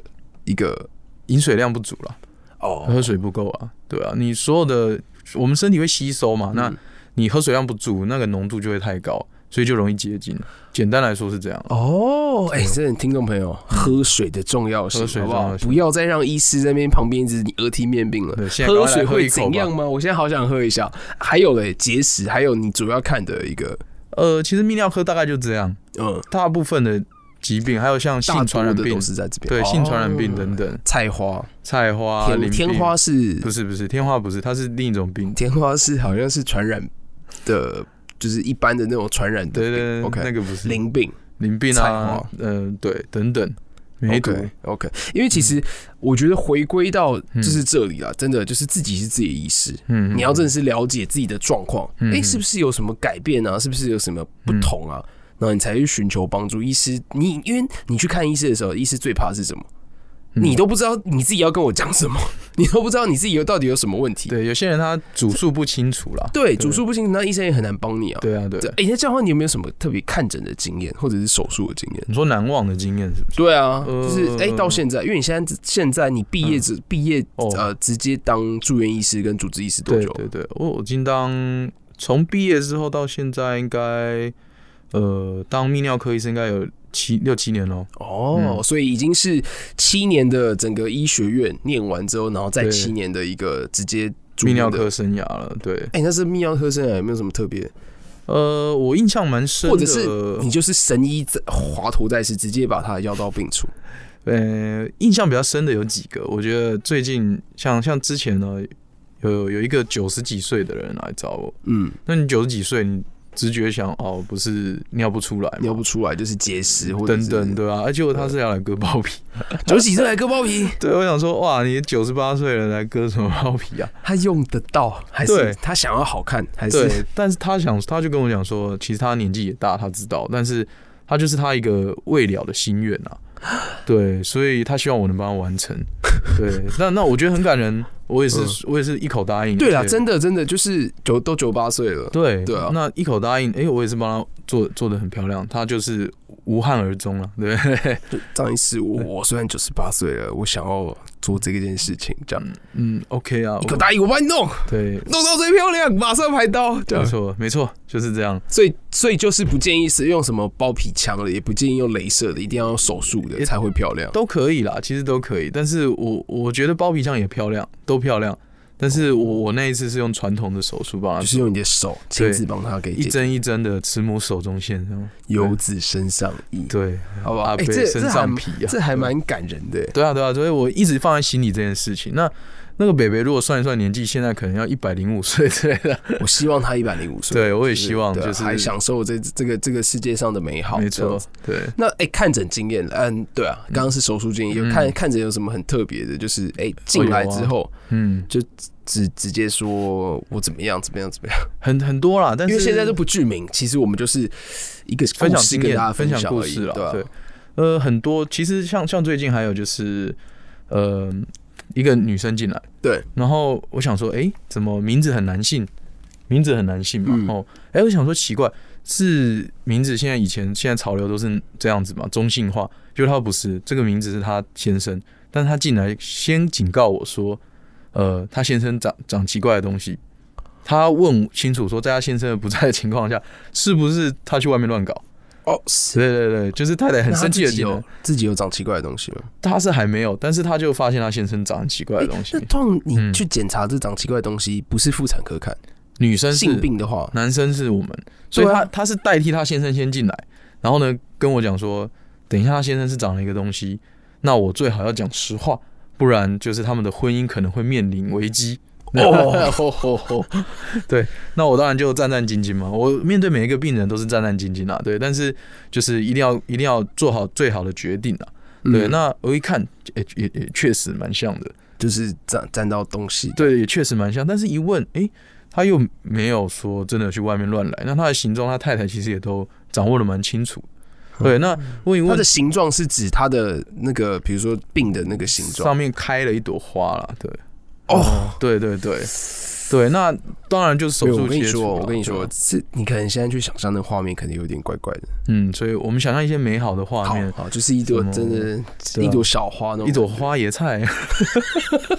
[SPEAKER 3] 一个
[SPEAKER 4] 饮水量不足了。
[SPEAKER 3] 哦，
[SPEAKER 4] 喝水不够啊，对啊，你所有的我们身体会吸收
[SPEAKER 3] 嗯
[SPEAKER 4] 嘛，那你喝水量不足，那个浓度就会太高，所以就容易结晶。简单来说是这样，啊
[SPEAKER 3] 哦，哎、真的，听众朋友，喝水的重要性，
[SPEAKER 4] 喝水
[SPEAKER 3] 好
[SPEAKER 4] 的
[SPEAKER 3] 不
[SPEAKER 4] 重要性
[SPEAKER 3] 好？不要再让医师在那边旁边一直你耳提面命了
[SPEAKER 4] 对现。在赶
[SPEAKER 3] 喝
[SPEAKER 4] 快来
[SPEAKER 3] 水
[SPEAKER 4] 喝
[SPEAKER 3] 会
[SPEAKER 4] 一口吧
[SPEAKER 3] 怎样吗？我现在好想喝一下。还有嘞，结石，还有你主要看的一个，
[SPEAKER 4] 呃，其实泌尿科大概就这样，
[SPEAKER 3] 嗯，
[SPEAKER 4] 大部分的疾病还有像
[SPEAKER 3] 大
[SPEAKER 4] 性
[SPEAKER 3] 多
[SPEAKER 4] 传
[SPEAKER 3] 的
[SPEAKER 4] 染病
[SPEAKER 3] 都，是在这边。
[SPEAKER 4] 对，
[SPEAKER 3] 哦
[SPEAKER 4] 性传染病等等，
[SPEAKER 3] 菜花、
[SPEAKER 4] 菜花、
[SPEAKER 3] 天
[SPEAKER 4] 淋病
[SPEAKER 3] 天花是
[SPEAKER 4] 不是不是天花不是，它是另一种病。
[SPEAKER 3] 天花是好像是传染的，就是一般的那种传染的
[SPEAKER 4] 对
[SPEAKER 3] 病。
[SPEAKER 4] 对对
[SPEAKER 3] OK，
[SPEAKER 4] 那个不是
[SPEAKER 3] 淋病。
[SPEAKER 4] 淋病
[SPEAKER 3] 菜
[SPEAKER 4] 啊
[SPEAKER 3] 花，
[SPEAKER 4] 嗯、对，等等，梅毒
[SPEAKER 3] OK OK，因为其实我觉得回归到就是这里啦，真的就是自己是自己的医师，
[SPEAKER 4] 嗯
[SPEAKER 3] 你要真的是了解自己的状况，
[SPEAKER 4] 嗯
[SPEAKER 3] 哎，是不是有什么改变啊？是不是有什么不同啊？然后你才去寻求帮助。医师，你因为你去看医师的时候，医师最怕是什么？
[SPEAKER 4] 嗯
[SPEAKER 3] 你都不知道你自己要跟我讲什么， 你都不知道你自己有到底有什么问题。
[SPEAKER 4] 对有些人他主诉不清楚啦，
[SPEAKER 3] 对，主诉不清，那医生也很难帮你啊。
[SPEAKER 4] 对啊对
[SPEAKER 3] 对，哎、那这样的话，你有没有什么特别看诊的经验，或者是手术的经验？
[SPEAKER 4] 你说难忘的经验是不是？
[SPEAKER 3] 对啊，
[SPEAKER 4] 呃
[SPEAKER 3] 就是哎、诶到现在，因为你现在只现在你毕业只毕、业、
[SPEAKER 4] 哦
[SPEAKER 3] 呃，直接当住院医师跟主治医师多
[SPEAKER 4] 对
[SPEAKER 3] 久？
[SPEAKER 4] 对对，我我经当从毕业之后到现在，应该呃当泌尿科医生应该有七六七年喽。
[SPEAKER 3] 哦，
[SPEAKER 4] 嗯
[SPEAKER 3] 所以已经是七年的整个医学院念完之后，然后再
[SPEAKER 4] 对
[SPEAKER 3] 七年的一个直接住
[SPEAKER 4] 泌
[SPEAKER 3] 院的
[SPEAKER 4] 尿科。生涯了，对，
[SPEAKER 3] 啊哎、那是泌尿科生涯有没有什么特别？
[SPEAKER 4] 呃，我印象蛮深的，
[SPEAKER 3] 或者是你就是神医在华佗在世，直接把他药到病除。
[SPEAKER 4] 呃，印象比较深的有几个，我觉得最近像像之前呢，有有一个九十几岁的人来找我，
[SPEAKER 3] 嗯，
[SPEAKER 4] 那你九十几岁，你直觉想哦，不是尿不出来嘛，
[SPEAKER 3] 尿不出来就是结石或者
[SPEAKER 4] 哎等等，对吧、啊？而且他是要来割包皮，
[SPEAKER 3] 九十几岁来割包皮，
[SPEAKER 4] 对我想说，哇，你九十八岁了来割什么包皮啊？
[SPEAKER 3] 他用得到还是
[SPEAKER 4] 对
[SPEAKER 3] 他想要好看 还是
[SPEAKER 4] 对，但是他想，他就跟我讲说，其实他年纪也大，他知道，但是他就是他一个未了的心愿啊。对，所以他希望我能帮他完成。对，那那我觉得很感人，我也是，我也是一口答应。
[SPEAKER 3] 嗯对啦，
[SPEAKER 4] 而且
[SPEAKER 3] 真的真的就是九都九八岁了，
[SPEAKER 4] 对
[SPEAKER 3] 对啊
[SPEAKER 4] 那一口答应，哎、我也是帮他做做的很漂亮，他就是无憾而终了。对，
[SPEAKER 3] 张医师，我我虽然九十八岁了，我想要做这件事情，这样
[SPEAKER 4] 嗯，OK 啊，
[SPEAKER 3] 一
[SPEAKER 4] 我
[SPEAKER 3] 口答应我帮你弄，
[SPEAKER 4] 对，
[SPEAKER 3] 弄到最漂亮，马上排刀，这
[SPEAKER 4] 没
[SPEAKER 3] 样。
[SPEAKER 4] 错，没错，就是这样。
[SPEAKER 3] 所以所以就是不建议是用什么包皮枪的，也不建议用镭射的，一定要用手术的
[SPEAKER 4] 也
[SPEAKER 3] 才会漂亮。
[SPEAKER 4] 都可以啦，其实都可以。但是我我觉得包皮酱也漂亮，都漂亮。但是我我那一次是用传统的手术帮
[SPEAKER 3] 哦就
[SPEAKER 4] 它
[SPEAKER 3] 是用你的手亲自帮他给
[SPEAKER 4] 一
[SPEAKER 3] 解
[SPEAKER 4] 针一针的慈母手中线，这样
[SPEAKER 3] 游子身上衣，
[SPEAKER 4] 对，
[SPEAKER 3] 好不好？
[SPEAKER 4] 阿
[SPEAKER 3] 哎，
[SPEAKER 4] 伯
[SPEAKER 3] 这这
[SPEAKER 4] 身
[SPEAKER 3] 还
[SPEAKER 4] 上皮啊，
[SPEAKER 3] 这还
[SPEAKER 4] 对
[SPEAKER 3] 蛮感人的。
[SPEAKER 4] 对啊对啊，所以我一直放在心里这件事情。那那个北北如果算一算年纪，现在可能要一百零五岁之类的，
[SPEAKER 3] 我希望他一百零五岁，
[SPEAKER 4] 对我也希望
[SPEAKER 3] 对啊
[SPEAKER 4] 就是
[SPEAKER 3] 还享受这这个这个世界上的美好。
[SPEAKER 4] 没
[SPEAKER 3] 哦这样
[SPEAKER 4] 错
[SPEAKER 3] 子，
[SPEAKER 4] 对。
[SPEAKER 3] 那哎、看诊经验，嗯，对啊，刚刚是手术经验，有看看诊有什么很特别的？就是哎，进、来之后、
[SPEAKER 4] 嗯，
[SPEAKER 3] 就直直接说我怎么样怎么样怎么样，
[SPEAKER 4] 很很多啦，但是
[SPEAKER 3] 因为现在都不具名，其实我们就是一个
[SPEAKER 4] 分
[SPEAKER 3] 故
[SPEAKER 4] 享
[SPEAKER 3] 事
[SPEAKER 4] 经
[SPEAKER 3] 跟
[SPEAKER 4] 验
[SPEAKER 3] 大家，
[SPEAKER 4] 分
[SPEAKER 3] 享
[SPEAKER 4] 享故
[SPEAKER 3] 而已
[SPEAKER 4] 事了，
[SPEAKER 3] 对,、啊、
[SPEAKER 4] 对，呃，很多其实像像最近还有就是，呃，一个女生进来，
[SPEAKER 3] 对，
[SPEAKER 4] 然后我想说，诶，怎么名字很男性？名字很男性嘛，
[SPEAKER 3] 嗯
[SPEAKER 4] 哦，诶，我想说奇怪，是名字现在以前现在潮流都是这样子嘛，中性化，就他不是，这个名字是他先生，但是他进来先警告我说，呃，他先生长长奇怪的东西。他问清楚说，在他先生不在的情况下，是不是他去外面乱搞？
[SPEAKER 3] 哦，是
[SPEAKER 4] 对对对，就是太太很
[SPEAKER 3] 那他
[SPEAKER 4] 生气的
[SPEAKER 3] 自己
[SPEAKER 4] 进来
[SPEAKER 3] 有，自己有长奇怪的东西吗？
[SPEAKER 4] 他是还没有，但是他就发现他先生长很奇怪的东西
[SPEAKER 3] 那。通常你
[SPEAKER 4] 嗯
[SPEAKER 3] 去检查这长奇怪的东西，不是妇产科看，
[SPEAKER 4] 女生是
[SPEAKER 3] 性，病的话，
[SPEAKER 4] 男生是我们，所以
[SPEAKER 3] 对啊
[SPEAKER 4] 他他是代替他先生先进来，然后呢跟我讲说，等一下他先生是长了一个东西，那我最好要讲实话，不然就是他们的婚姻可能会面临危机。
[SPEAKER 3] 哦
[SPEAKER 4] 吼吼吼！对， 那我当然就战战兢兢嘛。我面对每一个病人都是战战兢兢啦，对，但是就是一定要一定要做好最好的决定啊。对，
[SPEAKER 3] 嗯
[SPEAKER 4] 那我一看，诶、也也确实蛮像的，
[SPEAKER 3] 就是沾沾到东西，
[SPEAKER 4] 对，也确实蛮像。但是一问，诶、他又没有说真的去外面乱来。那他的行踪，他太太其实也都掌握的蛮清楚。对，那问一
[SPEAKER 3] 它嗯
[SPEAKER 4] 问
[SPEAKER 3] 的，形状是指它的那个，比如说病的那个形状
[SPEAKER 4] 上。面开了一朵花了，对，
[SPEAKER 3] 哦，
[SPEAKER 4] 对对对对。那当然就是手
[SPEAKER 3] 没有
[SPEAKER 4] 术
[SPEAKER 3] 我跟你
[SPEAKER 4] 切除
[SPEAKER 3] 说，
[SPEAKER 4] 啦
[SPEAKER 3] 我跟你
[SPEAKER 4] 对啊
[SPEAKER 3] 说，
[SPEAKER 4] 吧
[SPEAKER 3] 是你可能现在去想象那个画面，可能有点怪怪的。
[SPEAKER 4] 嗯，所以我们想象一些美好的画
[SPEAKER 3] 好
[SPEAKER 4] 面，
[SPEAKER 3] 好，就是一朵
[SPEAKER 4] 什么
[SPEAKER 3] 真的，
[SPEAKER 4] 对啊
[SPEAKER 3] 一朵小花那种，
[SPEAKER 4] 一朵。花椰菜，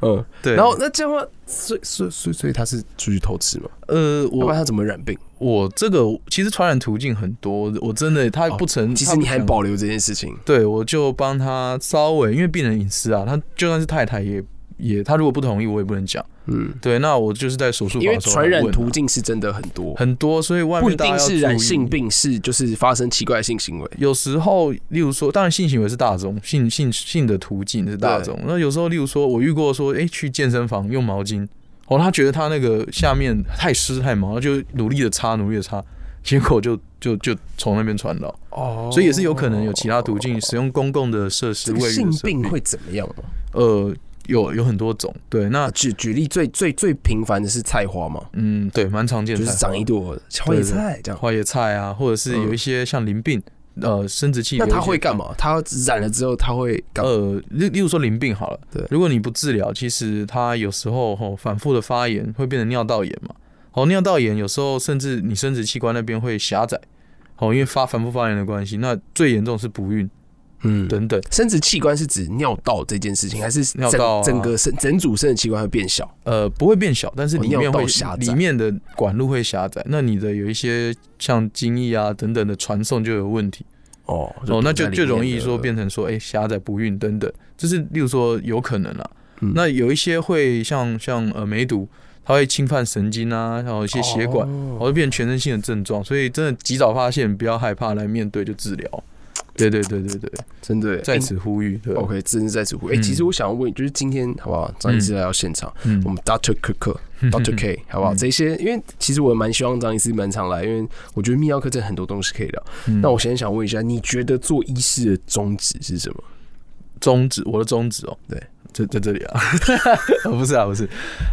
[SPEAKER 3] 嗯，
[SPEAKER 4] 对。
[SPEAKER 3] 然后那这样的话，所以所以所以所以它是出去偷吃嘛？
[SPEAKER 4] 呃，
[SPEAKER 3] 要不
[SPEAKER 4] 我
[SPEAKER 3] 然它怎么染病？
[SPEAKER 4] 我这个其实传染途径很多，我真的他不成，
[SPEAKER 3] 哦其
[SPEAKER 4] 他
[SPEAKER 3] 实
[SPEAKER 4] 嗯不
[SPEAKER 3] 你还
[SPEAKER 4] 想
[SPEAKER 3] 保留这件事情，
[SPEAKER 4] 对，我就帮他稍微，因为病人隐私啊，他就算是太太也也，他如果不同意，我也不能讲。
[SPEAKER 3] 嗯，
[SPEAKER 4] 对，那我就是在手术
[SPEAKER 3] 因
[SPEAKER 4] 房
[SPEAKER 3] 为
[SPEAKER 4] 的时候
[SPEAKER 3] 传染
[SPEAKER 4] 问啊
[SPEAKER 3] 途径是真的很多，
[SPEAKER 4] 很多，所以外
[SPEAKER 3] 不
[SPEAKER 4] 面
[SPEAKER 3] 一
[SPEAKER 4] 大家
[SPEAKER 3] 定
[SPEAKER 4] 要
[SPEAKER 3] 是染
[SPEAKER 4] 注意
[SPEAKER 3] 性。病，是就是发生奇怪的性行为。
[SPEAKER 4] 有时候，例如说，当然性行为是大宗，性性性的途径是大宗。那有时候，例如说，我遇过说，诶，去健身房用毛巾，哦，他觉得他那个下面太湿太毛，他就努力的擦，努力的擦，结果就就就从那边传到，
[SPEAKER 3] 哦
[SPEAKER 4] 所以也是有可能有其他途径，使用公共的设施
[SPEAKER 3] 这个
[SPEAKER 4] 卫浴的
[SPEAKER 3] 性
[SPEAKER 4] 设
[SPEAKER 3] 病
[SPEAKER 4] 备
[SPEAKER 3] 会怎么样吗？
[SPEAKER 4] 呃，有有很多种，对，那
[SPEAKER 3] 啊举举例最最最频繁的是菜花嘛，
[SPEAKER 4] 嗯，对，蛮常见
[SPEAKER 3] 就
[SPEAKER 4] 的菜
[SPEAKER 3] 是
[SPEAKER 4] 花，
[SPEAKER 3] 长一朵小花
[SPEAKER 4] 对
[SPEAKER 3] 野
[SPEAKER 4] 对
[SPEAKER 3] 菜这样。嗯
[SPEAKER 4] 花椰菜啊，或者是有一些像淋病，呃，生殖器，
[SPEAKER 3] 那它会干？嘛？它染了之后，它会干嘛？
[SPEAKER 4] 呃，例例如说淋病好了，
[SPEAKER 3] 对
[SPEAKER 4] 如果你不治疗，其实它有时候吼、反复的发炎会变成尿道炎嘛，哦，尿道炎有时候甚至你生殖器官那边会狭窄，哦，因为发反复发炎的关系，那最严重是不孕
[SPEAKER 3] 嗯，
[SPEAKER 4] 等等，
[SPEAKER 3] 生殖器官是指尿道这件事情，还是整
[SPEAKER 4] 尿道啊
[SPEAKER 3] 整个生整组生殖器官会变小？
[SPEAKER 4] 呃，不会变小，但是
[SPEAKER 3] 哦
[SPEAKER 4] 里
[SPEAKER 3] 尿
[SPEAKER 4] 面
[SPEAKER 3] 道
[SPEAKER 4] 会
[SPEAKER 3] 狭窄
[SPEAKER 4] 里面的管路会狭窄，那你的有一些像精液啊等等的传送就有问题。
[SPEAKER 3] 哦
[SPEAKER 4] 哦，那
[SPEAKER 3] 躲
[SPEAKER 4] 就
[SPEAKER 3] 在里面
[SPEAKER 4] 就容易
[SPEAKER 3] 的
[SPEAKER 4] 说变成说，哎、狭窄不孕等等，就是例如说有可能啦。
[SPEAKER 3] 嗯
[SPEAKER 4] 那有一些会像像呃梅毒，它会侵犯神经啊，还有一些血管，
[SPEAKER 3] 哦
[SPEAKER 4] 然后就变成全身性的症状。所以真的及早发现，不要害怕来面对，就治疗。对对对对对，
[SPEAKER 3] 真的耶
[SPEAKER 4] 在
[SPEAKER 3] 欸
[SPEAKER 4] 此呼吁。对
[SPEAKER 3] OK，真是在此呼吁。哎、其实我想要问，就是今天好不好？张医师来到现场，
[SPEAKER 4] 嗯
[SPEAKER 3] 我们 Doctor Cook、Doctor K 好不好？这些，因为其实我蛮希望张医师蛮常来，因为我觉得泌尿科真的很多东西可以聊。
[SPEAKER 4] 嗯
[SPEAKER 3] 那我现在想问一下，你觉得做医师的宗旨是什么？
[SPEAKER 4] 宗旨，我的宗旨哦，
[SPEAKER 3] 对，
[SPEAKER 4] 在在这里 啊，不是啊，不是，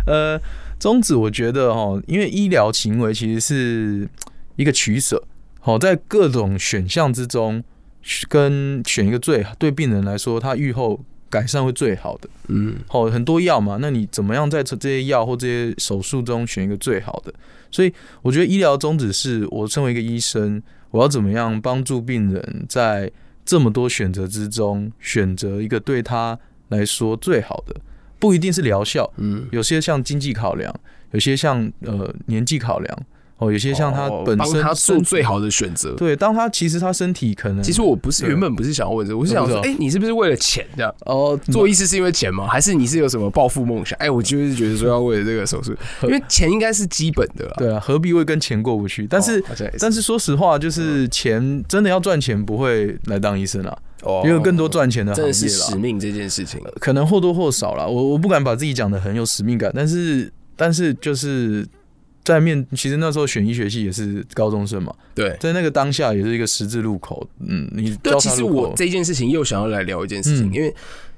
[SPEAKER 4] 呃，宗旨我觉得哦，因为医疗行为其实是一个取舍，好、在各种选项之中，跟选一个最对病人来说，他愈后改善会最好的。
[SPEAKER 3] 嗯，
[SPEAKER 4] 哦，很多药嘛，那你怎么样在这这些药或这些手术中选一个最好的？所以我觉得医疗宗旨是我身为一个医生，我要怎么样帮助病人在这么多选择之中选择一个对他来说最好的，不一定是疗效，
[SPEAKER 3] 嗯，
[SPEAKER 4] 有些像经济考量，有些像呃年纪考量，哦，有些像他
[SPEAKER 3] 哦
[SPEAKER 4] 本
[SPEAKER 3] 帮
[SPEAKER 4] 身
[SPEAKER 3] 他做
[SPEAKER 4] 身
[SPEAKER 3] 最好的选择。
[SPEAKER 4] 对，当他其实他身体可能
[SPEAKER 3] 其实我不是
[SPEAKER 4] 对
[SPEAKER 3] 原本不是想要问这个，我是想说，
[SPEAKER 4] 我不
[SPEAKER 3] 哎、你是不是为了钱这样？
[SPEAKER 4] 哦
[SPEAKER 3] 做医师是因为钱吗？还是你是有什么暴富梦想？哎、我就是觉得说要为了这个 手术，因为钱应该是基本的啦。
[SPEAKER 4] 对啊，何必为跟钱过不去？但是
[SPEAKER 3] 哦好像也是嗯
[SPEAKER 4] 但是说实话，就是钱真的要赚钱，不会来当医生啦，
[SPEAKER 3] 哦
[SPEAKER 4] 也有更多赚钱的行
[SPEAKER 3] 真
[SPEAKER 4] 业
[SPEAKER 3] 的是使
[SPEAKER 4] 啦，
[SPEAKER 3] 命这件事情。
[SPEAKER 4] 可能或多或少啦。我我不敢把自己讲的很有使命感，但是但是就是在面，其实那时候选医学系也是高中生嘛，
[SPEAKER 3] 对，
[SPEAKER 4] 在那个当下也是一个十字路口，嗯，你
[SPEAKER 3] 对，啊
[SPEAKER 4] 交
[SPEAKER 3] 其
[SPEAKER 4] 叉
[SPEAKER 3] 实
[SPEAKER 4] 路
[SPEAKER 3] 我
[SPEAKER 4] 口
[SPEAKER 3] 这件事情又想要来聊一件事情，
[SPEAKER 4] 嗯
[SPEAKER 3] 因为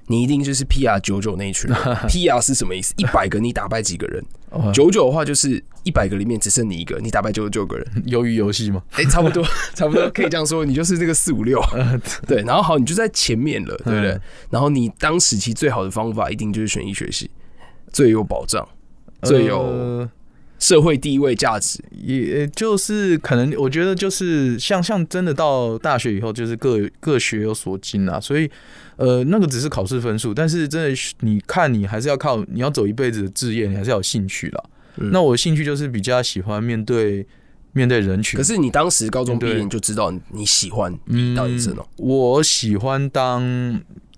[SPEAKER 3] 你一定就是 PR 九九那一群人 ，PR 是什么意思？一百个你打败几个人？
[SPEAKER 4] 哦
[SPEAKER 3] 九九的话就是一百个里面只剩你一个，你打败九十九个人，
[SPEAKER 4] 鱿鱼游戏嘛，
[SPEAKER 3] 哎、差不多，差不多可以这样说，你就是这个四五六， 对，然后好，你就在前面了，对不对
[SPEAKER 4] 嗯？
[SPEAKER 3] 然后你当时期最好的方法一定就是选医学系，最有保障，最有
[SPEAKER 4] 呃
[SPEAKER 3] 社会地位价值，
[SPEAKER 4] 也呃就是可能，我觉得就是像像真的到大学以后，就是各各学有所精啊，所以呃，那个只是考试分数，但是真的是你看你还是要靠你要走一辈子的志业，你还是要有兴趣啦。
[SPEAKER 3] 嗯
[SPEAKER 4] 那我的兴趣就是比较喜欢面对面对人群，
[SPEAKER 3] 可是你当时高中毕业
[SPEAKER 4] 对
[SPEAKER 3] 你就知道你你喜欢
[SPEAKER 4] 嗯
[SPEAKER 3] 到底是哪
[SPEAKER 4] 我喜欢当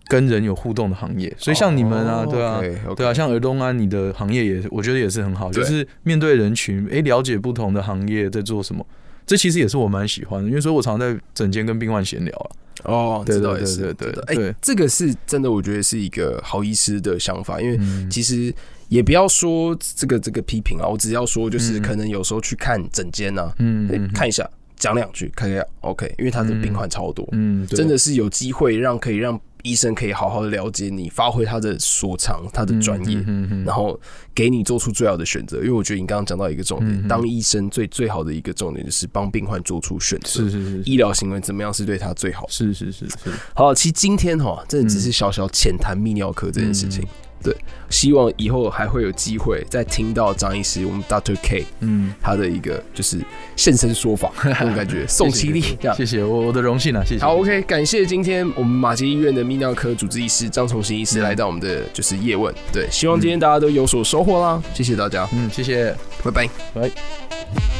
[SPEAKER 4] 跟人有互动的行业，所以像你们啊，
[SPEAKER 3] 哦
[SPEAKER 4] 对啊
[SPEAKER 3] OK，OK
[SPEAKER 4] 对啊，像尔东安，你的行业也，我觉得也是很好，
[SPEAKER 3] 对
[SPEAKER 4] 就是面对人群，诶，了解不同的行业在做什么，这其实也是我蛮喜欢的，因为所以我常在整间跟病患闲聊啊。
[SPEAKER 3] 哦，
[SPEAKER 4] 对
[SPEAKER 3] 知
[SPEAKER 4] 对
[SPEAKER 3] 道也
[SPEAKER 4] 对
[SPEAKER 3] 是
[SPEAKER 4] 对对
[SPEAKER 3] 知道
[SPEAKER 4] 对
[SPEAKER 3] 哎，这个是真的，我觉得是一个好医师的想法，因为
[SPEAKER 4] 嗯
[SPEAKER 3] 其实也不要说这个这个批评啊，我只要说就是
[SPEAKER 4] 嗯
[SPEAKER 3] 可能有时候去看诊间啊，
[SPEAKER 4] 嗯
[SPEAKER 3] 哎
[SPEAKER 4] 嗯
[SPEAKER 3] 看一下讲两句，看一下 OK，因为他的病患超多，
[SPEAKER 4] 嗯，对
[SPEAKER 3] 真的是有机会让可以让医生可以好好的了解你，发挥他的所长，他的专业
[SPEAKER 4] 嗯。嗯嗯嗯
[SPEAKER 3] 然后给你做出最好的选择，因为我觉得你刚刚讲到一个重
[SPEAKER 4] 嗯
[SPEAKER 3] 点，当医生最最好的一个重点就是帮病患做出选择，
[SPEAKER 4] 是是是
[SPEAKER 3] 医疗行为怎么样是对他最好的。
[SPEAKER 4] 是是是是，
[SPEAKER 3] 好，其实今天哈，真的只
[SPEAKER 4] 嗯
[SPEAKER 3] 是小小浅谈泌尿科这件事情。对，希望以后还会有机会再听到张医师，我们 Doctor K
[SPEAKER 4] 嗯，
[SPEAKER 3] 他的一个就是现身说 法那种感觉，宋其力这样。
[SPEAKER 4] 谢谢我我的荣幸啊，谢谢。
[SPEAKER 3] 好，OK，感谢今天我们马偕医院的泌尿科主治医师张崇新医师
[SPEAKER 4] 嗯
[SPEAKER 3] 来到我们的就是叶问，对，希望今天大家都有所收获啦，谢谢大家，
[SPEAKER 4] 嗯，谢谢。
[SPEAKER 3] 拜拜。
[SPEAKER 4] 拜。